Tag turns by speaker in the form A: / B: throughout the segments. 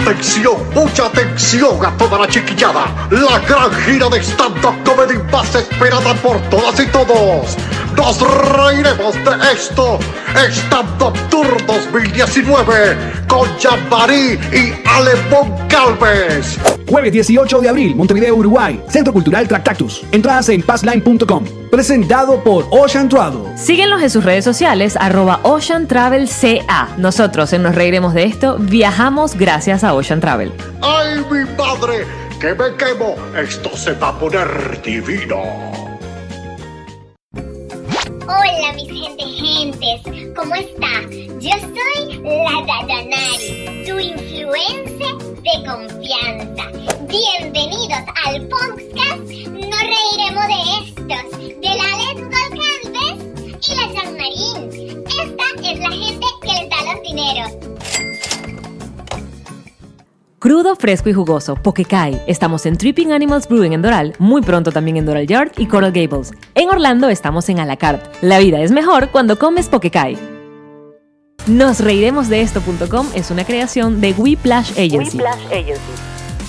A: Atención, mucha atención a toda la chiquillada. La gran gira de stand-up comedy más esperada por todas y todos. Nos reiremos de esto. Stand-up Tour 2019 con Jean-Marie y Alemón Calves.
B: Jueves 18 de abril, Montevideo, Uruguay. Centro Cultural Tractactus. Entradas en passline.com. Presentado por Ocean Travel.
C: Síguenos en sus redes sociales, arroba Ocean Travel CA. Nosotros en Nos Reiremos de Esto viajamos gracias a Ocean Travel.
A: ¡Ay, mi madre! ¡Que me quemo! Esto se va a poner divino.
D: Hola mis gente gentes, ¿cómo está? Yo soy la Dayanari, tu influencer de confianza. Bienvenidos al podcast No reiremos de estos, de la Alex Golcalves y la Jean Marín. Esta es la gente que les da los dineros.
C: Crudo, fresco y jugoso, Pokekai. Estamos en Tripping Animals Brewing en Doral, muy pronto también en Doral Yard y Coral Gables. En Orlando estamos en Alacart. La vida es mejor cuando comes Pokekai. Nos reiremos de esto.com es una creación de Whiplash Agency.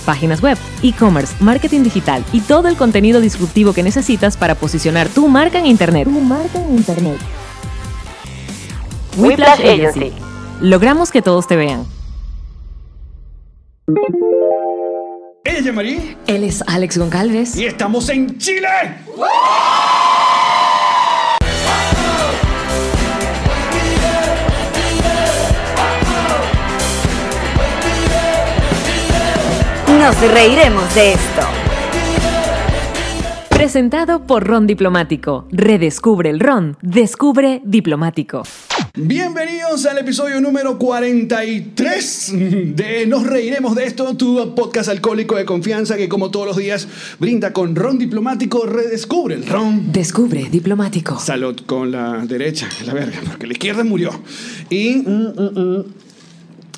C: Páginas web, e-commerce, marketing digital y todo el contenido disruptivo que necesitas para posicionar tu marca en Internet. Whiplash Agency. Logramos que todos te vean.
E: Ella es Marí
C: Él es Alex Goncalves.
E: y estamos en Chile.
F: Nos reiremos de esto.
C: Presentado por Ron Diplomático. Redescubre el Ron. Descubre Diplomático.
E: Bienvenidos al episodio número 43 de Nos Reiremos de Esto, tu podcast alcohólico de confianza que como todos los días brinda con ron diplomático, redescubre el ron.
C: Descubre Diplomático.
E: Salud con la derecha, la verga, porque la izquierda murió. Y mm, mm, mm,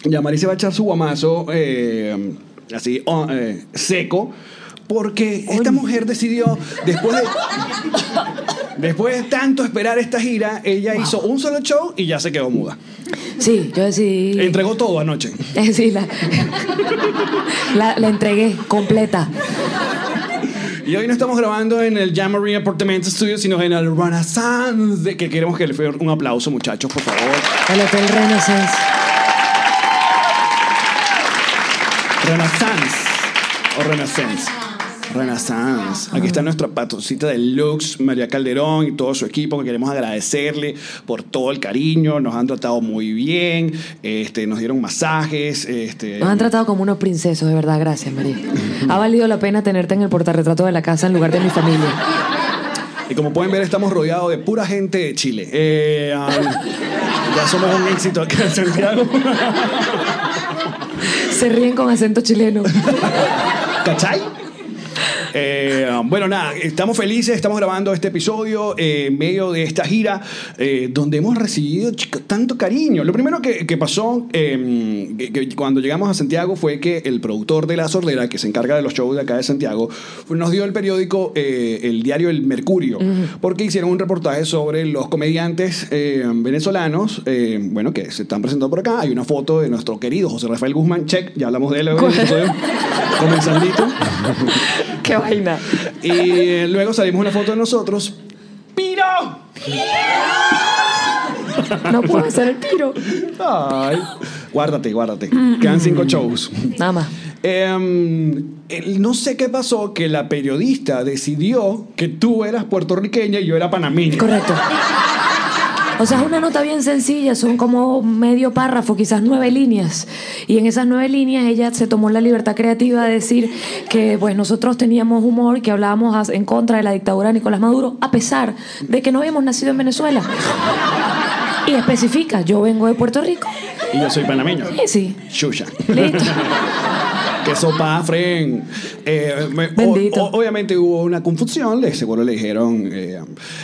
E: ya Marí se va a echar su guamazo eh, así oh, eh, seco. Porque esta mujer decidió, después de, después de tanto esperar esta gira, ella hizo un solo show y ya se quedó muda.
G: Sí, yo decidí.
E: Entregó todo anoche.
G: Eh, sí, la, la, la entregué completa.
E: Y hoy no estamos grabando en el Jamboree Apartment Studio, sino en el Renaissance, de- que queremos que le fue un aplauso, muchachos, por favor.
G: El Hotel Renaissance.
E: Renaissance o Renaissance. Renaissance. Aquí está nuestra patrocita de Lux, María Calderón y todo su equipo, que queremos agradecerle por todo el cariño. Nos han tratado muy bien, este, nos dieron masajes. Este,
G: Nos han tratado como unos princesos, de verdad, gracias, María. Ha valido la pena tenerte en el portarretrato de la casa en lugar de mi familia.
E: Y como pueden ver, estamos rodeados de pura gente de Chile. Eh, ah, ya somos un éxito acá en Santiago.
G: Se ríen con acento chileno.
E: ¿Cachai? Eh, bueno, nada, estamos felices, estamos grabando este episodio eh, en medio de esta gira eh, donde hemos recibido chico, tanto cariño. Lo primero que, que pasó eh, que- que cuando llegamos a Santiago fue que el productor de La Sordera, que se encarga de los shows de acá de Santiago, nos dio el periódico, eh, el diario El Mercurio, porque hicieron un reportaje sobre los comediantes eh, venezolanos, eh, bueno, que se están presentando por acá. Hay una foto de nuestro querido José Rafael Guzmán, check, ya hablamos de él en el episodio, comenzandito.
G: Qué vaina.
E: Y eh, luego salimos una foto de nosotros. ¡Piro!
G: No puedo hacer el piro.
E: Ay, guárdate, guárdate. Quedan cinco shows.
G: Nada más.
E: Em, el- no sé qué pasó que la periodista decidió que tú eras puertorriqueña y yo era panameña.
G: Correcto. O sea, es una nota bien sencilla, son como medio párrafo, quizás nueve líneas. Y en esas nueve líneas ella se tomó la libertad creativa de decir que pues nosotros teníamos humor, que hablábamos as- en contra de la dictadura de Nicolás Maduro, a pesar de que no habíamos nacido en Venezuela. Y especifica, yo vengo de Puerto Rico.
E: Y yo soy panameño.
G: Y sí,
E: Xuxa.
G: listo.
E: Que sopa, Fren. Eh, me- o-
G: Bendito.
E: o- obviamente hubo una confusión, le, seguro le dijeron. eh,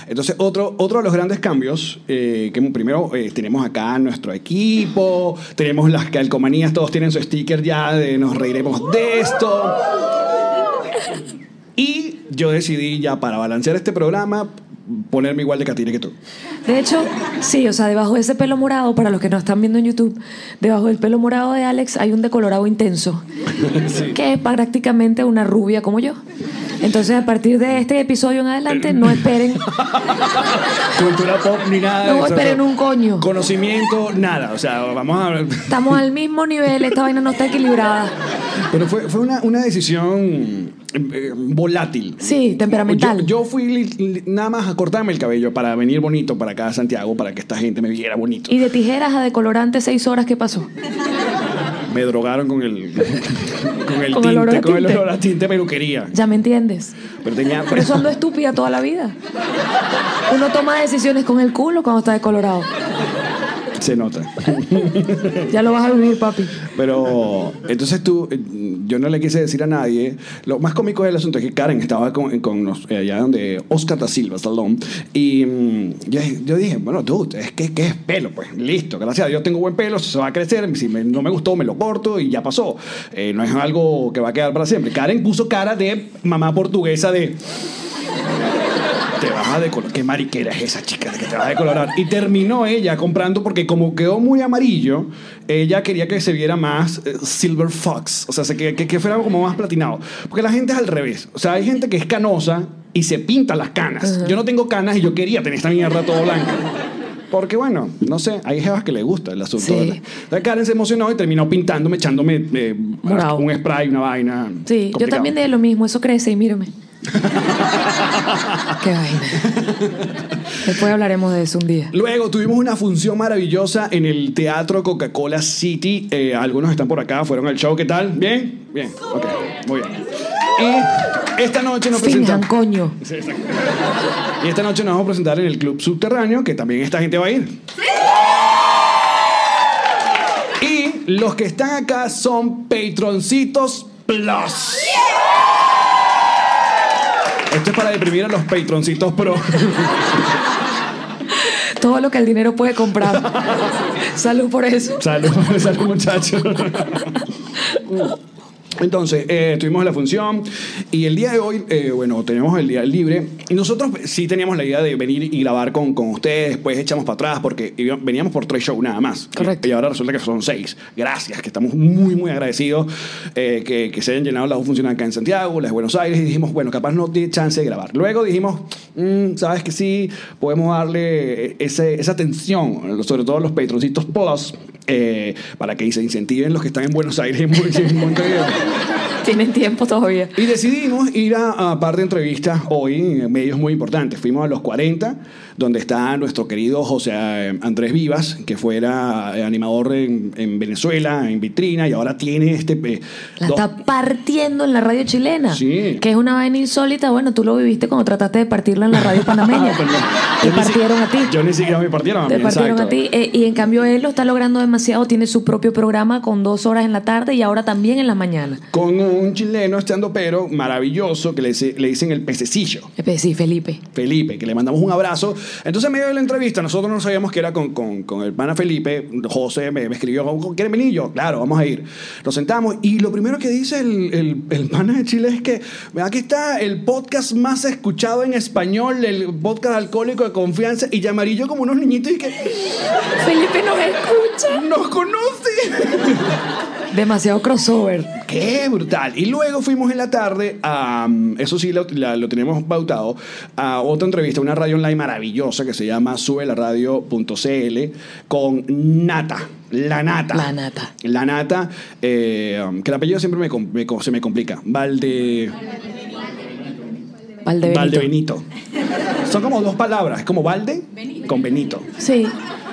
E: entonces, otro, otro de los grandes cambios, eh, que primero eh, tenemos acá nuestro equipo, tenemos las calcomanías, todos tienen su sticker ya de nos reiremos de esto. Y yo decidí ya para balancear este programa, ponerme igual de catire que tú.
G: De hecho, sí, o sea, debajo de ese pelo morado, para los que no están viendo en YouTube, debajo del pelo morado de Alex hay un decolorado intenso, que es prácticamente una rubia como yo. Entonces, a partir de este episodio en adelante, no esperen.
E: Cultura pop ni nada. de
G: No,
E: eso,
G: esperen
E: no.
G: un coño.
E: Conocimiento, nada. O sea, vamos a...
G: Estamos al mismo nivel, esta vaina no está equilibrada.
E: Pero fue, fue una, una decisión eh, volátil.
G: Sí, temperamental.
E: Yo, yo fui li- li- nada más a cortarme el cabello para venir bonito para acá a Santiago, para que esta gente me viera bonito.
G: Y de tijeras a decolorante, seis horas, ¿qué pasó?
E: Me drogaron con el, con el
G: Con el olor
E: tinte,
G: a
E: con el
G: tinte.
E: olor a tinte peluquería.
G: Ya me entiendes.
E: Pero tenía...
G: Por eso ando estúpida toda la vida. Uno toma decisiones con el culo cuando está decolorado.
E: Se nota.
G: Ya lo vas a vivir, papi.
E: Pero entonces tú, eh, yo no le quise decir a nadie. Lo más cómico del asunto es que Karen estaba con, con nos- eh, allá donde Oscar da Silva, salón. Y mm, yo, yo dije, bueno, dude, es que, que es pelo, pues listo, gracias a Dios tengo buen pelo, se va a crecer. Si me- no me gustó, me lo corto y ya pasó. Eh, no es algo que va a quedar para siempre. Karen puso cara de mamá portuguesa de. Te vas a decolorar. Qué mariquera es esa chica de que te vas a decolorar. Y terminó ella comprando porque como quedó muy amarillo, ella quería que se viera más eh, Silver Fox. O sea, se- que, que, que fuera como más platinado. Porque la gente es al revés. O sea, hay gente que es canosa y se pinta las canas. Yo no tengo canas y yo quería tener esta mierda todo blanca. Porque bueno, no sé, hay jevas que le gusta el asunto.
G: Sí.
E: de la- Entonces, Karen se emocionó y terminó pintándome, echándome eh,
G: Morado.
E: un spray, una vaina.
G: Sí, yo
E: complicado.
G: también de lo mismo, eso crece y mírame. Qué vaina. Después hablaremos de eso un día.
E: Luego tuvimos una función maravillosa en el Teatro Coca-Cola City. Eh, algunos están por acá, fueron al show. ¿Qué tal? ¿Bien? Bien. Ok, muy bien. Y esta noche nos
G: Finjan,
E: presentamos.
G: coño.
E: Sí, exacto. Y esta noche nos vamos a presentar en el Club Subterráneo, que también esta gente va a ir. Y los que están acá son Patroncitos Plus. Esto es para deprimir a los Patroncitos Pro.
G: Todo lo que el dinero puede comprar. Salud por eso.
E: Salud, salud muchachos. Entonces, eh, tuvimos la función y el día de hoy, eh, bueno, tenemos el día libre. Y nosotros sí teníamos la idea de venir y grabar con, con ustedes, después echamos para atrás porque iba- veníamos por tres shows nada más.
G: Correcto.
E: Y, y ahora resulta que son seis. Gracias, que estamos muy, muy agradecidos eh, que, que se hayan llenado las dos funciones acá en Santiago, las de Buenos Aires. Y dijimos, bueno, capaz no tiene chance de grabar. Luego dijimos, mm, sabes que sí, podemos darle eh, ese- esa atención, sobre todo a los Patroncitos Plus, eh, para que se incentiven los que están en Buenos Aires y en Mon- y en Montevideo.
G: Tienen tiempo todavía.
E: Y decidimos ir a, a par de entrevistas hoy en medios muy importantes. Fuimos a los 40, donde está nuestro querido José eh, Andrés Vivas, que fuera eh, animador en, en Venezuela, en vitrina, y ahora tiene este... eh,
G: La
E: dos-
G: está partiendo en la radio chilena.
E: Sí.
G: Que es una vaina insólita. Bueno, tú lo viviste cuando trataste de partirla en la radio panameña.
E: Pero no,
G: Te
E: Ah, yo ni si-
G: partieron a ti.
E: Yo ni siquiera me partieron a mí,
G: Te partieron
E: exacto.
G: a ti. Eh, y en cambio él lo está logrando demasiado. Tiene su propio programa con dos horas en la tarde y ahora también en la mañana.
E: Con un chileno estando pero maravilloso que le, dice- le dicen el pececillo.
G: Eh, Sí, Felipe.
E: Felipe, que le mandamos un abrazo. Entonces, en medio de la entrevista, nosotros no sabíamos que era con, con- con el pana Felipe. José me, me escribió, "Oh, ¿quieren venir? Yo, claro, vamos a ir. Nos sentamos y lo primero que dice el, el- el pana de Chile es que aquí está el podcast más escuchado en español, el podcast alcohólico de confianza, y llamarillo como unos niñitos y que
G: Felipe nos escucha.
E: nos conoce.
G: Demasiado crossover.
H: Ah.
E: ¡Qué brutal! Y luego fuimos en la tarde a, mm, eso sí lo, la- lo tenemos pautado, a otra entrevista, una radio online maravillosa que se llama subelaradio.cl con Nata. La Nata.
G: La Nata.
E: La Nata, eh, um, que el apellido siempre me com- me co- se me complica. Valde,
G: Valdebenito.
E: Valdebenito. Son como dos palabras, es como Valde con Benito.
G: Sí.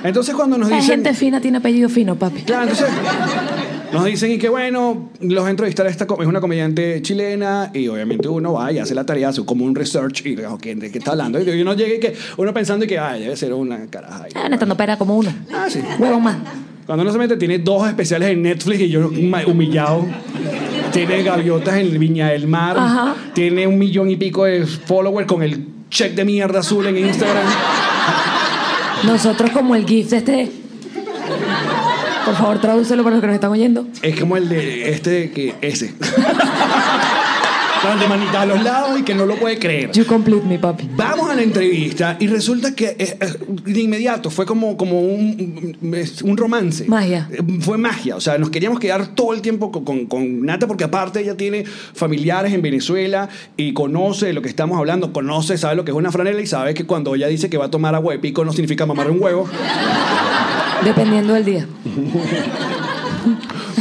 E: Entonces cuando nos
G: La
E: dicen...
G: gente fina tiene apellido fino, papi.
E: Claro, entonces nos dicen y que bueno, los entrevistaré esta co- es una comediante chilena y obviamente uno va y hace la tarea, hace como un research y digo, ¿quién- ¿de qué está hablando? Y uno llega y que uno pensando y que ay, debe ser una caraja. ahí.
G: Ah, una estandopera como uno.
E: Ah, sí.
G: Huevo más.
E: Cuando uno se mete tiene dos especiales en Netflix y yo ma- humillado. Tiene gaviotas en Viña del Mar.
G: Ajá.
E: Tiene un millón y pico de followers con el check de mierda azul en Instagram.
G: Nosotros como el GIF de este... Por favor, tradúcelo para los que nos están oyendo.
E: Es como el de este que ese. Tan de manita a los lados y que no lo puede creer.
G: You complete me, papi.
E: Vamos a la entrevista y resulta que eh, eh, de inmediato fue como, como un, un romance.
G: Magia.
E: Eh, Fue magia. O sea, nos queríamos quedar todo el tiempo con, con- con Nata porque aparte ella tiene familiares en Venezuela y conoce de lo que estamos hablando, conoce, sabe lo que es una franela y sabe que cuando ella dice que va a tomar agua de pico no significa mamar un huevo.
G: Dependiendo del día.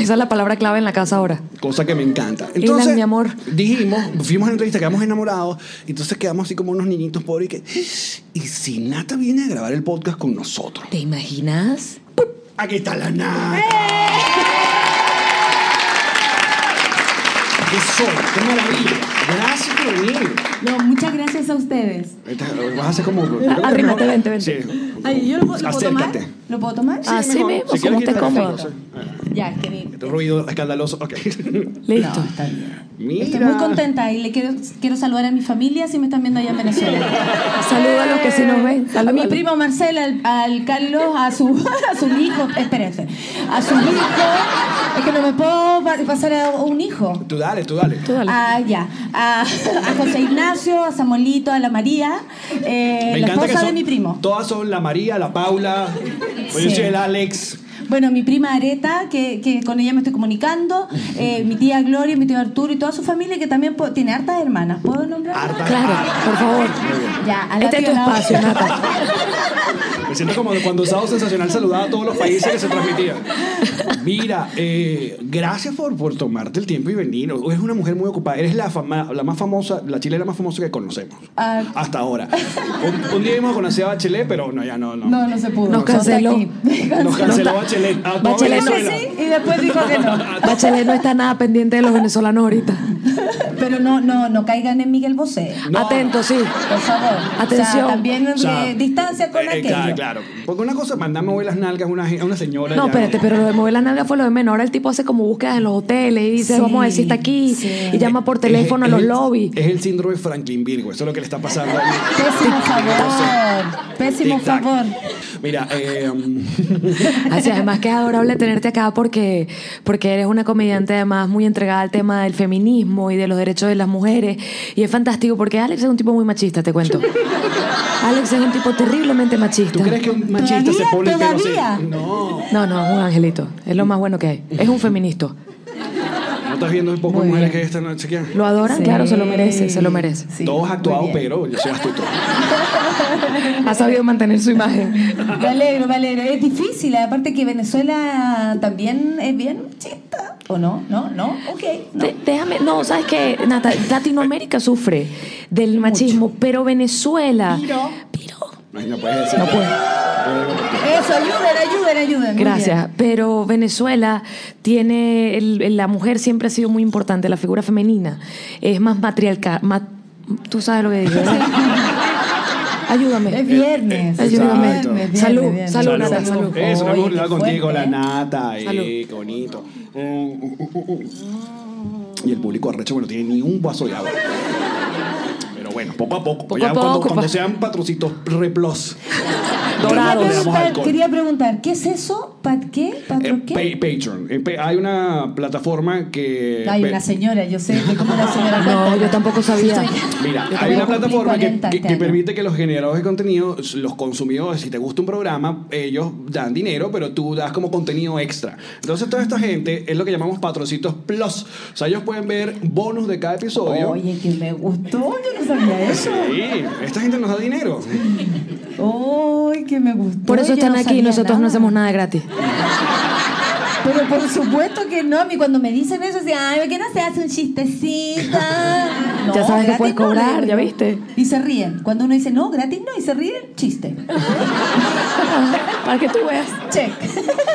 G: Esa es la palabra clave en la casa ahora.
E: Cosa que me encanta.
G: Ilan,
E: Entonces,
G: mi amor.
E: Dijimos, fuimos a la entrevista, quedamos enamorados. y Entonces quedamos así como unos niñitos pobres y que. ¿Y si Nata viene a grabar el podcast con nosotros?
G: ¿Te imaginas?
E: Aquí está la Nata. ¡Qué sol! ¡Qué maravilla! Gracias por venir.
H: No, muchas gracias a ustedes.
E: Ahorita Vas a hacer como.
G: Arrímate, vente, vente.
E: Sí.
H: Ay, ¿Yo lo, puedo- lo puedo tomar?
E: Acércate.
H: ¿Lo puedo tomar?
G: Así
E: mejor.
G: mismo,
E: Si quieres,
G: como te
E: quítate la
G: cómodo.
E: cosa.
H: Ya, es que mi...
E: Este ruido escandaloso. Ok.
G: Listo.
H: Está bien.
E: Mira.
H: Estoy muy contenta y le quiero, quiero saludar a mi familia si me están viendo allá en Venezuela.
G: Saluda a los que sí nos ven.
H: A
G: Saluda
H: mi primo Marcel, al, al Carlos, a su, a su hijo, espérense, a su hijo, es que no me puedo pa- pasar a un hijo.
E: Tú dale, tú dale.
G: Tú dale.
H: Ah, ya. A, a José Ignacio, a Samuelito, a la María, eh, la
E: encanta que
H: esposa de
E: son-
H: mi primo.
E: Todas son la María, la Paula. Pues Yo
H: Sí.
E: soy el Alex.
H: Bueno, mi prima Areta, que, que con ella me estoy comunicando, eh, mi tía Gloria, mi tío Arturo y toda su familia, que también po- tiene hartas hermanas. ¿Puedo nombrar?
E: Harta.
G: Claro, por favor.
H: Ya, a la
G: Este es tu
H: tía Laura.
G: espacio, Nata.
E: Me siento como cuando Sábado Sensacional saludaba a todos los países que se transmitían. Mira, eh, gracias por, por tomarte el tiempo y venir. Eres una mujer muy ocupada. Eres la, fama- la más famosa, la chilena más famosa que conocemos.
H: Ah.
E: Hasta ahora. Un, un día íbamos a conocer a Bachelet, pero no, ya no. no.
H: No, no se pudo.
G: Nos
H: Son de
G: canceló.
H: aquí.
E: Nos canceló Bachelet. Ah, A toda
G: Bachelet no.
E: Venezuela.
H: Sí, y después Pues dijo que no.
G: Bachelet no está nada pendiente de los venezolanos ahorita.
H: Pero no, no, no caigan en Miguel Bosé.
E: No.
G: Atento, sí.
H: Por favor. O
G: Atención.
H: sea, también
E: O sea,
H: eh, distancia con
E: eh,
H: aquello.
E: Claro, claro. Porque una cosa, mandame hoy las nalgas a una, a una señora.
G: No,
E: ya,
G: espérate, pero lo de mover la nalga fue lo de menos. Ahora el tipo hace como búsquedas en los hoteles y dice,
H: Sí,
G: vamos a ver si está aquí.
H: sí.
G: Y llama
E: Eh,
G: por teléfono a
E: Es-
G: los
E: es el-
G: lobbies.
E: Es el síndrome de Franklin Virgo. Eso es lo que le está pasando. a mí.
H: Pésimo favor. Pésimo
E: Tic-tac.
H: favor.
E: Mira, eh, um,
G: Así, además que es adorable tenerte acá porque, porque eres una comediante además muy entregada al tema del feminismo y de los derechos de las mujeres. Y es fantástico porque Alex es un tipo muy machista, te cuento. Alex es un tipo terriblemente machista.
E: ¿tú crees que un machista
H: Todavía,
E: se pone el pelo así?
H: todavía.
E: No,
G: No, no, es un angelito. Es lo más bueno que hay. Es un feminista.
E: no estás viendo un poco de mujeres que esta noche aquí.
G: ¿Lo adoran?
H: Sí.
G: Claro, se lo merece, se lo merece.
H: Sí,
E: Todos
H: muy
E: actuados,
H: bien.
E: pero yo soy astuto.
G: Ha sabido mantener su imagen.
H: Me alegro, me alegro. Es difícil, aparte que Venezuela también es bien chista. ¿O no? ¿No? ¿No? Ok. no.
G: De- déjame, no, sabes que Nata, Latinoamérica sufre del machismo, pero Venezuela.
H: Piro.
G: Piro.
E: No, no puedes decir.
G: No puedo.
H: Eso, ayuden, ayuden, ayuden. Muy
G: Gracias, pero Venezuela tiene, el- la mujer siempre ha sido muy importante, la figura femenina es más matriarcal, ma- tú sabes lo que digo. ¿verdad?
H: bien. Es
G: Ayúdame.
H: viernes.
G: Exacto.
H: viernes, viernes,
G: Eh, Salud,
H: viernes.
G: salud, Nata,
E: Eso,
G: salud.
E: no
H: Oye,
E: hemos hablado
H: qué
E: contigo, la
H: fuerte, ¿eh?
E: nata. eh,
G: Salud.
E: qué bonito. Mm, mm, mm, mm. Y el público arrecho que no tiene ni un vaso de agua. Pero bueno, poco a poco. pues
G: Poco
E: ya
G: a
E: cuando,
G: poco,
E: cuando
G: pa-
E: sean patrocitos replos.
G: Dorados.
E: Le damos
H: Quería preguntar,
E: alcohol.
H: quería preguntar, ¿qué es eso? ¿Pat qué? ¿Patro
E: Eh,
H: qué?
E: Pay- Patreon. Eh, Eh, pa- hay una plataforma que.
H: Hay
E: pe-
H: una señora, yo sé que como la señora.
G: No, yo tampoco sabía.
E: Mira,
H: Yo
E: hay
H: también
E: una
H: cumplí
E: plataforma que,
H: 40
E: que-
H: este
E: que
H: año.
E: permite que los generadores de contenido, los consumidores, si te gusta un programa, ellos dan dinero, pero tú das como contenido extra. Entonces, toda esta gente es lo que llamamos patrocitos plus. O sea, ellos pueden ver bonus de cada episodio.
H: Oye, que me gustó, yo no sabía eso.
E: Sí, esta gente nos da dinero.
H: Ay, que me gustó.
G: Por eso
H: yo
G: están
H: no
G: aquí,
H: sabía
G: nosotros no
H: nada.
G: hacemos nada gratis.
H: Pero por supuesto que no, a mí cuando me dicen eso, así, ay, ¿por qué no se hace un chistecita? No,
G: Ya sabes que
H: gratis
G: puedes
H: no,
G: cobrar,
H: le digo
G: ya
H: yo.
G: viste.
H: Y se ríen. Cuando uno dice, no, gratis no, y se ríen, chiste.
G: Para que tú veas.
H: Check.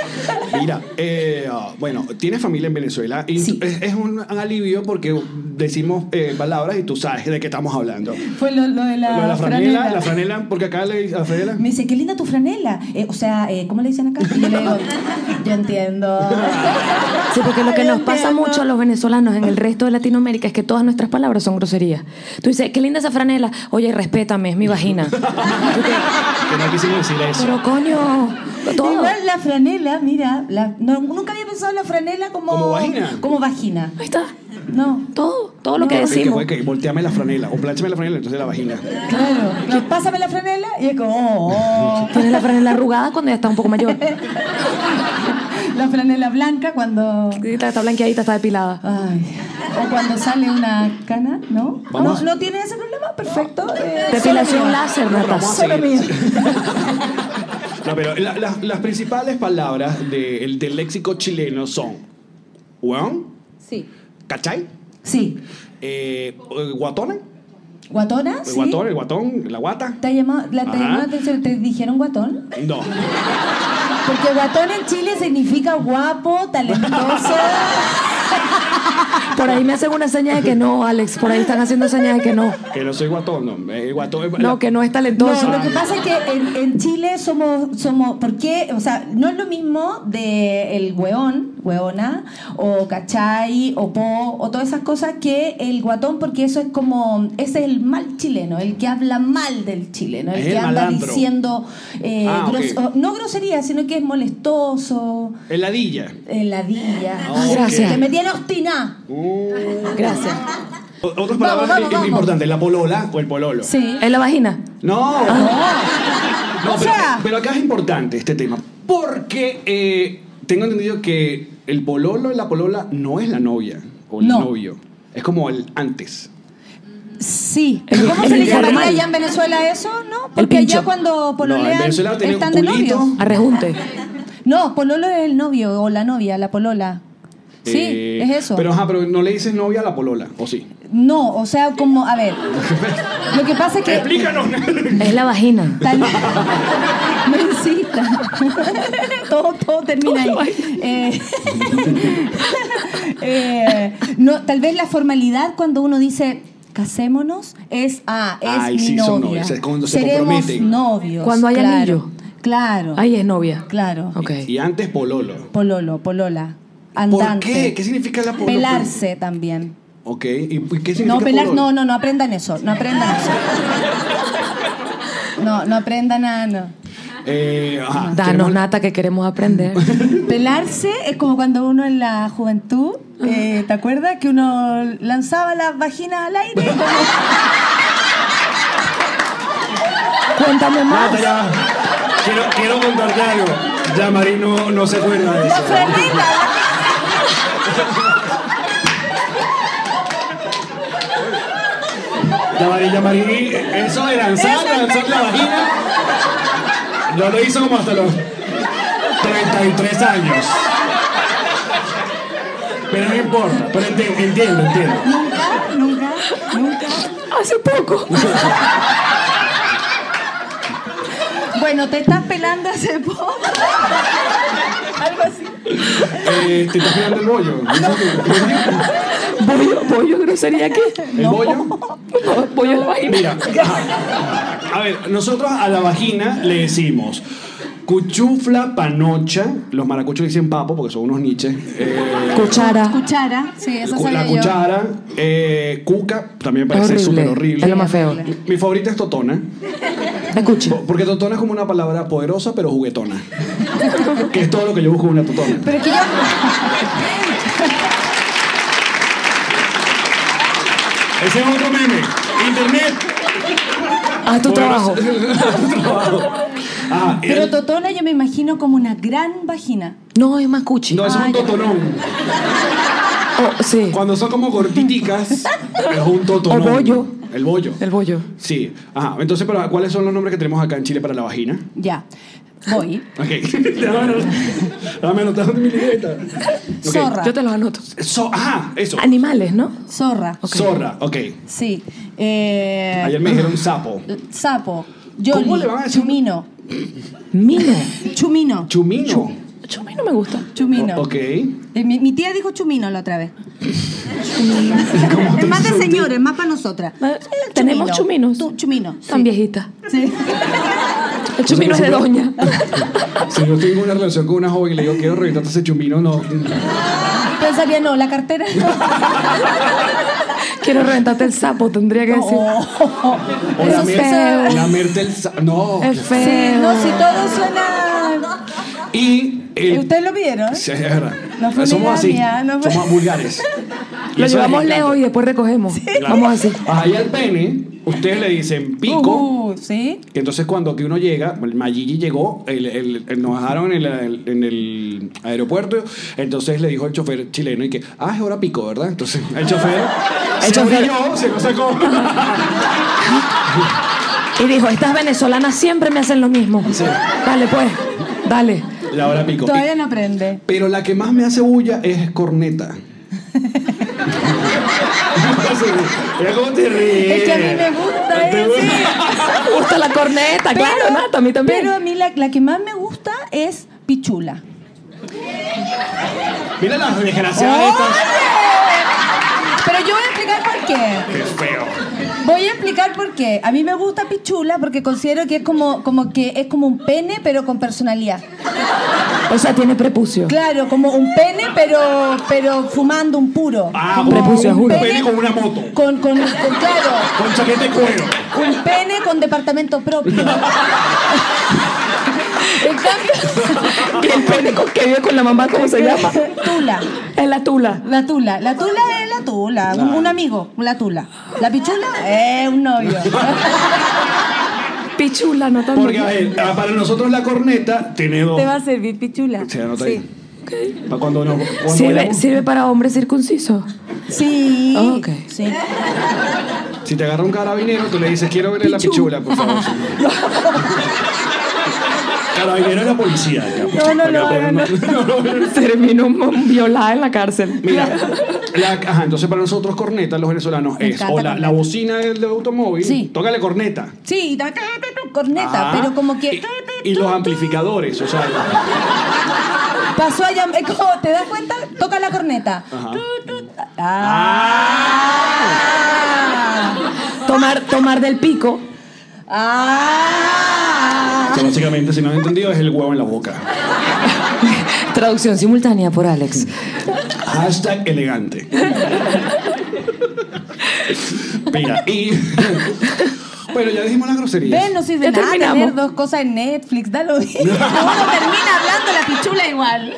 E: Mira, eh, ah, bueno, tienes familia en Venezuela y
H: Sí.
E: es, es un alivio porque decimos eh, palabras y tú sabes de qué estamos hablando.
H: Fue lo, lo de la,
E: Lo de la franela,
H: franela.
E: la franela, porque acá le dicen a la franela.
H: Me dice, qué linda tu franela. Eh, o sea, eh, ¿cómo le dicen acá? Y yo le digo, yo entiendo.
G: Sí, porque lo que
H: Yo
G: nos pasa
H: entiendo.
G: mucho a los venezolanos en el resto de Latinoamérica es que todas nuestras palabras son groserías. Tú dices, qué linda esa franela. Oye, respétame, es mi vagina.
E: Que no quisimos decir eso.
G: Pero coño, Todo.
H: Igual la franela, mira, la- no, nunca había pensado en la franela como.
E: ¿Como vagina?
H: Como vagina.
G: Ahí está.
H: No.
G: Todo, todo lo
H: No.
G: que
H: Es
E: Que,
G: decimos.
E: fue que volteame la franela o planchame la franela, entonces la vagina.
H: Claro, claro. Pásame la franela y es como. oh, oh.
G: Tienes la franela arrugada cuando ya está un poco mayor.
H: La franela blanca cuando.
G: Está, está blanqueadita, está depilada.
H: Ay. O cuando sale una cana, ¿no?
E: Vamos.
H: ¿No, no tiene ese problema? Perfecto. eh,
G: Depilación
H: solo mío.
G: láser, Nata.
H: Solo mío.
E: No, pero la- la- las principales palabras de- el- del léxico chileno son weón,
H: Sí.
E: ¿cachai?
H: Sí.
E: Eh, guatona,
H: ¿Guatona?
E: el
H: Sí.
E: guatón, Ah. el guatón, la guata.
H: ¿Te, ha llamado- la- te,
E: Ajá.
H: llamó la atención? ¿Te dijeron guatón?
E: No.
H: Porque guatón en Chile significa guapo, talentoso.
G: Por ahí me hacen una seña de que no, Alex. Por ahí están haciendo señas de que no.
E: Que no soy guatón, no. Eh, guatón es-
G: No, que no es
H: No,
G: talentoso.
H: lo que pasa es que en, en Chile somos, somos, ¿por qué? O sea, no es lo mismo de el hueón, hueona, o cachay, o po, o todas esas cosas que el guatón, porque eso es como, ese es el mal chileno, el que habla mal del chileno, el
E: Es
H: que
E: el
H: anda
E: malandro.
H: diciendo, eh,
E: Ah, ok.
H: gros- o- no grosería, sino que es molestoso,
E: Es ladilla.
H: eh, ladilla.
E: Ah,
G: gracias.
H: Que me tiene obstinada.
G: Gracias.
E: O- Otras palabras
H: vamos, vamos.
E: importantes, la polola o el pololo.
H: Sí. Ah.
G: ¿Es la vagina?
E: No. No,
H: O
E: pero,
H: sea-
E: pero acá es importante este tema. Porque eh, tengo entendido que el pololo y la polola no es la novia o el
H: No.
E: novio. Es como el antes.
H: Sí.
G: El-
H: ¿Cómo
G: el
H: se le
G: informal.
H: llamaría allá en Venezuela eso? ¿No? Porque
G: pincho.
H: allá cuando
E: No, en
H: pololean
E: Venezuela tiene
H: están
E: un
H: de
E: culito.
H: novios.
G: Arrejunte.
H: No, pololo es el novio o la novia, la polola. Sí,
E: Eh,
H: es eso. Eh,
E: Pero, ajá, pero no le dices novia a la polola, ¿o sí?
H: No, o sea, como, a ver. Lo que pasa es que.
E: Explícanos.
G: Es la vagina.
H: Tal... No insistas. todo, todo termina
G: Todo
H: ahí. Eh, eh, no, tal vez la formalidad cuando uno dice casémonos es ah, es
E: Ay,
H: mi
E: sí,
H: novia.
E: son novios, es cuando se
H: Seremos
E: comprometen.
H: novios.
G: Cuando hay
H: claro,
G: anillo.
H: Claro.
G: Ahí es novia.
H: Claro.
G: Ok.
E: y antes pololo.
H: Pololo, polola.
E: ¿Por
H: Andante.
E: qué? ¿Qué significa la polola?
H: Pelarse también.
E: Ok, ¿y qué significa
H: No, pelar,
E: pololo?
H: no, no, no aprendan eso, no aprendan eso. No, no aprendan nada, no.
E: Eh, ajá,
G: Danos,
E: tenemos-
G: Nata, que queremos aprender.
H: Pelarse es como cuando uno en la juventud, eh, ¿te acuerdas? Que uno lanzaba las vaginas al aire. como-
G: Cuéntame
E: Nata,
G: más.
E: ya. Ah, Quiero, quiero contarte algo. Ya Marín no, no se acuerda de
H: La
E: eso.
H: franela.
E: Ya Marín, ya Marín. Eso de lanzar, lanzar la vagina. No lo hizo como hasta los 33 años. Pero no importa, pero enti- entiendo, entiendo.
H: Nunca, nunca, nunca.
G: Hace poco.
H: Bueno, te estás pelando hace poco. Algo así.
E: Eh, ¿Te estás pegando el bollo?
G: Bollo, bollo, grosería aquí.
E: ¿El bollo?
G: No, Bollo es la vagina.
E: Mira, a ver, nosotros a la vagina le decimos cuchufla panocha. Los maracuchos le dicen papo porque son unos niches. Eh,
G: Cuchara.
H: Cuchara. Sí, eso
E: cu- la
H: sabía yo.
E: cuchara, eh, cuca, también me
G: Es
E: parece
G: horrible,
E: súper horrible.
G: es lo más feo.
E: Mi, mi favorita es totona,
G: La cuchi.
E: po- porque totona es como una palabra poderosa pero juguetona. que es todo lo que yo busco en una totona.
H: Pero es que yo.
E: Ese es otro meme. Internet.
G: Haz tu trabajo.
E: poderosa- Tu trabajo. Ah, y-
H: Pero Totona yo me imagino como una gran vagina.
G: No, es más cuchi.
E: no, eso es un totonón.
G: Oh, sí.
E: Cuando son como gorditicas, es un totonón.
G: O bollo.
E: El bollo.
G: El bollo.
E: Sí. Ajá. Entonces, pero, ¿cuáles son los nombres que tenemos acá en Chile para la vagina?
H: Ya. Voy.
E: Ok. Déjame anot- déjame anotar en mi libreta. Ok.
H: Zorra.
G: Yo te los anoto.
E: So- ajá, eso.
G: Animales, ¿no?
H: Zorra.
E: Zorra, ok.
H: Sí. Eh,
E: Ayer me dijeron sapo.
H: Sapo. Yoli.
E: ¿Cómo le van a decir?
H: Chumino.
G: Mino.
H: Chumino.
E: Chumino.
G: Yo a mí no me gusta.
H: Chumino.
E: Ok.
H: Eh, Mi, mi tía dijo chumino la otra vez. es más de señores, más para nosotras.
G: Eh, tenemos chuminos.
H: Tú, chumino.
G: Tan viejita.
H: Sí.
E: Pues
G: El chumino es de doña.
E: Si yo tengo una relación con una joven y le digo, quiero reventarte ese chumino, no.
H: Pensaría, no, la cartera.
G: Quiero reventarte el sapo, tendría que decir.
E: O
H: Oh.
G: Eso es
E: lamer-
G: feo.
E: lamerte el sapo. No.
G: Es
H: Sí,
G: feo.
H: no, si todo suena.
E: Y el-
H: Y Ustedes lo pidieron.
E: Sí, es verdad.
H: No fue
E: Somos
H: una
E: así.
H: idea mía, no fue-
E: Somos vulgares. Y
G: Lo
E: eso les
G: llevamos
E: encanta.
G: lejos y después recogemos.
E: Claro.
G: Vamos así.
E: Ahí al pene, ustedes le dicen pico.
H: Uh, sí.
E: que Entonces cuando que uno llega, el Mayigi llegó, el- el- el- nos dejaron en el, en el aeropuerto, entonces le dijo el chofer chileno y que, ah, es hora pico, ¿verdad? Entonces el chofer
G: El
E: se
G: chofer.
E: brilló, se lo sacó.
G: Y dijo, estas venezolanas siempre me hacen lo mismo. Dale pues, dale.
E: La hora pico.
H: Todavía no aprende.
E: Pero la que más me hace bulla es corneta. Mira cómo te ríes.
H: Es que a mí me gusta
E: ¿Te
H: eso.
G: Me gusta la corneta, Ah, claro, Nata, a mí también.
H: Pero a mí la, la que más me gusta es pichula.
E: Mira las desgraciadas
H: ¡Oh!
E: estas.
H: Pero yo voy a explicar por qué.
E: Qué feo.
H: Voy a explicar por qué. A mí me gusta pichula porque considero que es como, como que es como un pene, pero con personalidad.
G: O sea, tiene prepucio.
H: Claro, como un pene, pero, pero fumando un puro.
E: Ah,
G: Con prepucio,
E: un
G: juro.
E: pene con una moto.
H: Con, con, con- claro,
E: Con chaqueta de cuero.
H: un pene con departamento propio. En cambio,
G: Y el pene con que vive con la mamá, ¿cómo se llama?
H: Tula.
G: Es la tula.
H: La tula. La tula es la tula. Un, un amigo, la tula. La pichula es un novio.
G: Pichula, no tan
E: Porque, a ver, ah, para nosotros la corneta tiene dos.
I: Te va a servir pichula.
E: Se anota ahí. Para cuando no. cuando
G: ¿Sirve,
E: vayamos.
G: sirve para hombre circunciso.
H: Sí.
G: Ah, ok.
H: Sí.
E: Si te agarra un carabinero, tú le dices, quiero verle la pichula, por favor. señor". carabinero es la policía. acá, pues,
H: No, no
E: para
H: lo
E: que
H: hagan,
E: puedan-
G: Terminó mm, violada en la cárcel.
E: Mira, la- ajá, entonces para nosotros corneta, los venezolanos,
H: Me
E: es
H: encanta
E: o la,
H: corneta.
E: la bocina del, del automóvil,
H: Sí.
E: tócale corneta.
H: Sí, da- da- da- corneta,
E: Ajá.
H: pero como que
E: Ah.
H: Ah.
E: Y, y los amplificadores, o sea, la-
H: pasó allá, es como, ¿te das cuenta? Toca la corneta.
E: Ajá.
H: Tu, tu, ta- Ah.
G: Tomar, tomar del pico.
H: Ah.
E: o sea, básicamente, si no han entendido, es el huevo en la boca.
G: Traducción simultánea por Alex.
E: Hashtag elegante. Mira, y. bueno, ya dijimos las groserías.
H: Ven, no soy
G: Ya
H: de nada de
G: terminamos.
H: ver dos cosas en Netflix, da lo mismo. Uno termina hablando la pichula igual.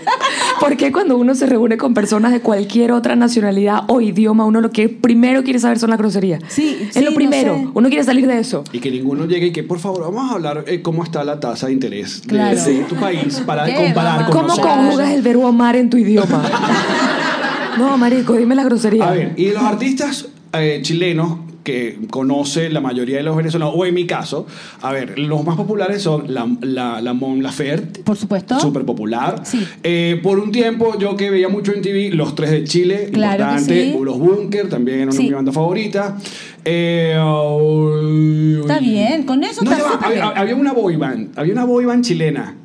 G: ¿Por qué cuando uno se reúne con personas de cualquier otra nacionalidad o idioma, uno lo que primero quiere saber son las groserías?
H: Sí,
G: es
H: sí,
G: lo
H: no
G: primero.
H: sé.
G: Uno quiere salir de eso.
E: Y que ninguno llegue y que, por favor, vamos a hablar eh, cómo está la tasa de interés de-
H: Claro.
E: de, tu país para
H: ¿Qué?
E: comparar
H: Vamos.
E: con
G: ¿Cómo
E: nosotros.
G: conjugas el verbo amar en tu idioma? no, marico, dime la grosería.
E: A ver, y de los artistas eh, chilenos que conoce la mayoría de los venezolanos, o en mi caso, a ver, los más populares son la, la, la Mon Laferte.
H: Por supuesto.
E: Súper popular.
H: Sí.
E: Eh, por un tiempo, yo que veía mucho en TV, Los Tres de Chile,
H: Claro que
E: importante.
H: sí.
E: Los Bunker, también eran una
H: Sí.
E: de mi banda favorita. Eh, uy, uy.
H: Está bien, con eso
E: No,
H: está
E: ya va,
H: súper
E: había,
H: bien.
E: había una boy band, había una boy band chilena,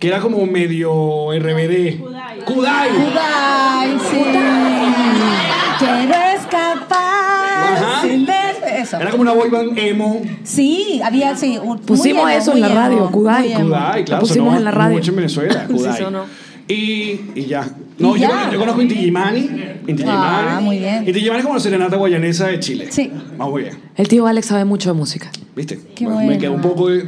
E: que era como medio RBD. Kudai.
H: Kudai, sí. Quiero escapar.
E: Ajá.
H: sin des- Eso.
E: Era como una boy band emo.
H: Sí, había sí. un- muy
G: Pusimos
H: emo,
G: eso en
H: muy
G: la radio,
H: emo,
G: Kudai.
H: muy emo.
E: Kudai, claro.
G: La pusimos
E: sonó
G: en la radio.
E: Mucho en Venezuela,
G: Sí,
E: Kudai.
G: sonó.
E: Y, y ya. No,
H: Y
E: yo,
H: ya.
E: yo conozco Inti Gimani. Inti
H: Ah,
E: Gimani.
H: muy bien.
E: Inti Gimani es como la serenata guayanesa de Chile.
H: Sí.
E: Ah, muy bien.
G: El tío Alex sabe mucho de música.
E: ¿Viste?
H: Qué
E: Me- Me
H: bueno.
E: quedó un poco de.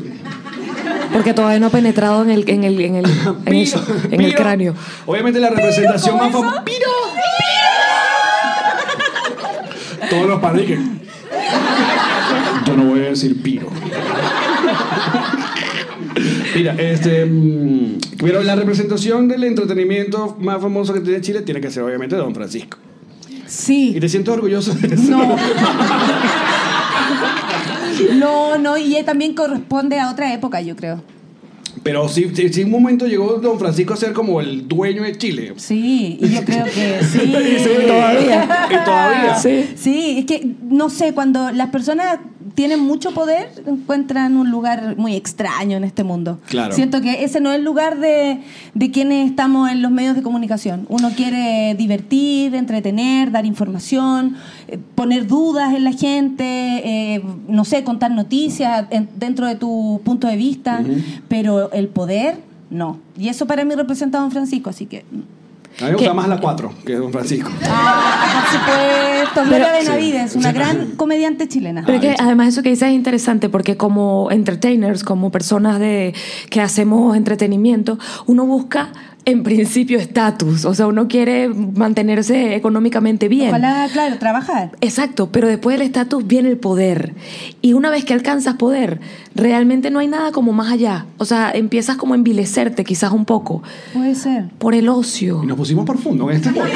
G: Porque todavía no ha penetrado en el, en el, en el, en eso, en el
E: Piro.
G: cráneo.
E: Obviamente la representación más
H: ¿cómo
E: famosa.
H: eso?
E: ¡Piro! Todos los padres que. Yo no voy a decir piro. Mira, este. mm, Pero la representación del entretenimiento más famoso que tiene Chile tiene que ser, obviamente, Don Francisco. Y
H: Sí.
E: te siento orgulloso de eso.
H: No. No, no, y él también corresponde a otra época, yo creo.
E: Pero sí, sí, sí, un momento llegó Don Francisco a ser como el dueño de Chile.
H: Sí, y yo creo que sí.
E: Sí, todavía. Y todavía.
G: Sí.
H: Sí, es que no sé, cuando las personas tienen mucho poder, encuentran un lugar muy extraño en este mundo.
E: Claro.
H: Siento que ese no es el lugar de, de quienes estamos en los medios de comunicación. Uno quiere divertir, entretener, dar información, eh, poner dudas en la gente, eh, no sé, contar noticias en- dentro de tu punto de vista, pero el poder no. Y eso para mí representa a don Francisco, así que...
E: A mí me gusta
G: ¿Qué?
E: más la 4 que Don Francisco.
H: Ah, por supuesto, Gloria
G: Pero-
H: Benavides,
E: Sí.
H: una gran comediante chilena.
G: Pero es que
E: ¿viste?
G: además eso que dices es interesante porque como entertainers, como personas de que hacemos entretenimiento, uno busca en principio estatus, o sea, uno quiere mantenerse económicamente bien.
H: Ojalá, claro, trabajar.
G: Exacto, pero después del estatus viene el poder. Y una vez que alcanzas poder, realmente no hay nada como más allá. O sea, empiezas como a envilecerte quizás un poco
H: Puede ser.
G: por el ocio.
E: Y nos pusimos profundo en este podcast.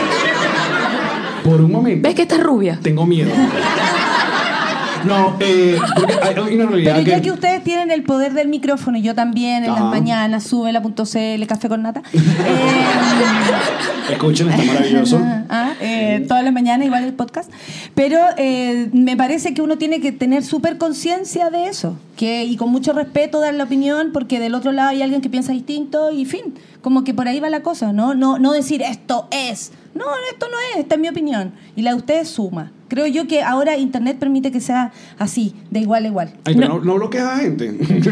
E: Por un momento.
G: ¿Ves que estás rubia?
E: Tengo miedo. No, eh, porque hay hay una realidad
H: Pero ya
E: que-
H: que ustedes tienen el poder del micrófono y yo también en las
E: Ah.
H: mañanas, sube la punto CL, café con nata. Eh,
E: Escuchen, está maravilloso.
H: Ah, eh, todas las mañanas igual el podcast. Pero eh, me parece que uno tiene que tener súper conciencia de eso. Que, y con mucho respeto dar la opinión porque del otro lado hay alguien que piensa distinto y fin. Como que por ahí va la cosa, ¿no? No, no decir esto es. No, esto no es, esta es mi opinión. Y la de ustedes suma. Creo yo que ahora Internet permite que sea así, de igual a igual.
E: Ay, pero no, no bloqueas a gente.
H: ¿Bloquean?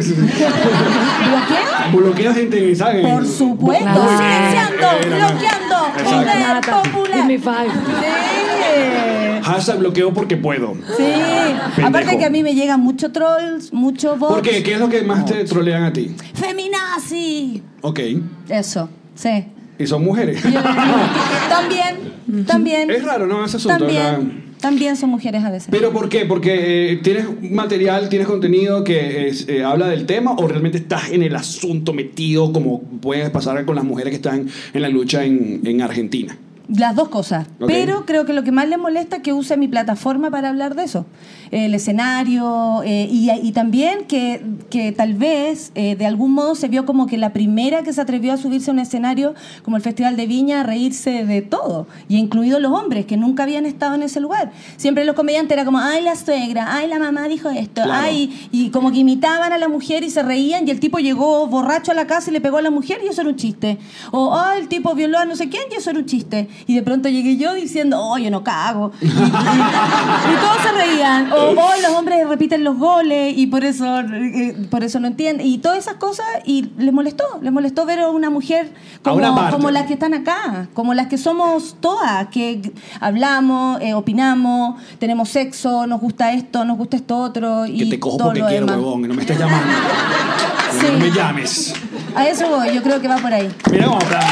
E: bloqueas gente en saben.
H: Por supuesto,
G: Claro.
H: silenciando,
E: Eh, no, no.
H: bloqueando,
E: Exacto.
H: poder
G: Give me
H: popular.
G: five.
H: Sí.
E: Hashtag bloqueo porque puedo.
H: Sí.
E: Pendejo.
H: Aparte que a mí me llegan muchos trolls, muchos bots.
E: ¿Por qué? ¿Qué es lo que más te trolean a ti?
H: Feminazi.
E: Ok.
H: Eso, sí.
E: Y son mujeres.
H: también, también.
E: Es raro, ¿no? Ese asunto, ¿verdad?
H: También, también son mujeres a veces.
E: ¿Pero por qué? ¿Porque eh, tienes material, tienes contenido que es, eh, habla del tema o realmente estás en el asunto metido como puede pasar con las mujeres que están en la lucha en, en Argentina?
H: Las dos cosas.
E: Ok.
H: Pero creo que lo que más les molesta es que use mi plataforma para hablar de eso. El escenario eh, y, y también que, que tal vez eh, de algún modo se vio como que la primera que se atrevió a subirse a un escenario como el Festival de Viña a reírse de todo, y incluidos los hombres que nunca habían estado en ese lugar. Siempre los comediantes era como, ay, la suegra, ay, la mamá dijo esto,
E: Claro.
H: ay, y como que imitaban a la mujer y se reían y el tipo llegó borracho a la casa y le pegó a la mujer y eso era un chiste. O, ah, el tipo violó a no sé quién y eso era un chiste. Y de pronto llegué yo diciendo, oh, yo no cago. Y, y- y todos se reían. O, oh, los hombres repiten los goles y por eso, eh, por eso no entienden. Y todas esas cosas y les molestó. Les molestó ver a una mujer
E: A
H: como,
E: una parte.
H: como las que están acá, como las que somos todas, que hablamos, eh, opinamos, tenemos sexo, nos gusta esto, nos gusta esto otro.
E: Que
H: y
E: te cojo
H: todo
E: porque
H: lo
E: quiero,
H: demás.
E: huevón, y no me estés llamando.
H: Sí.
E: No me llames.
H: A eso voy, yo creo que va por ahí.
E: Mira cómo aplauden.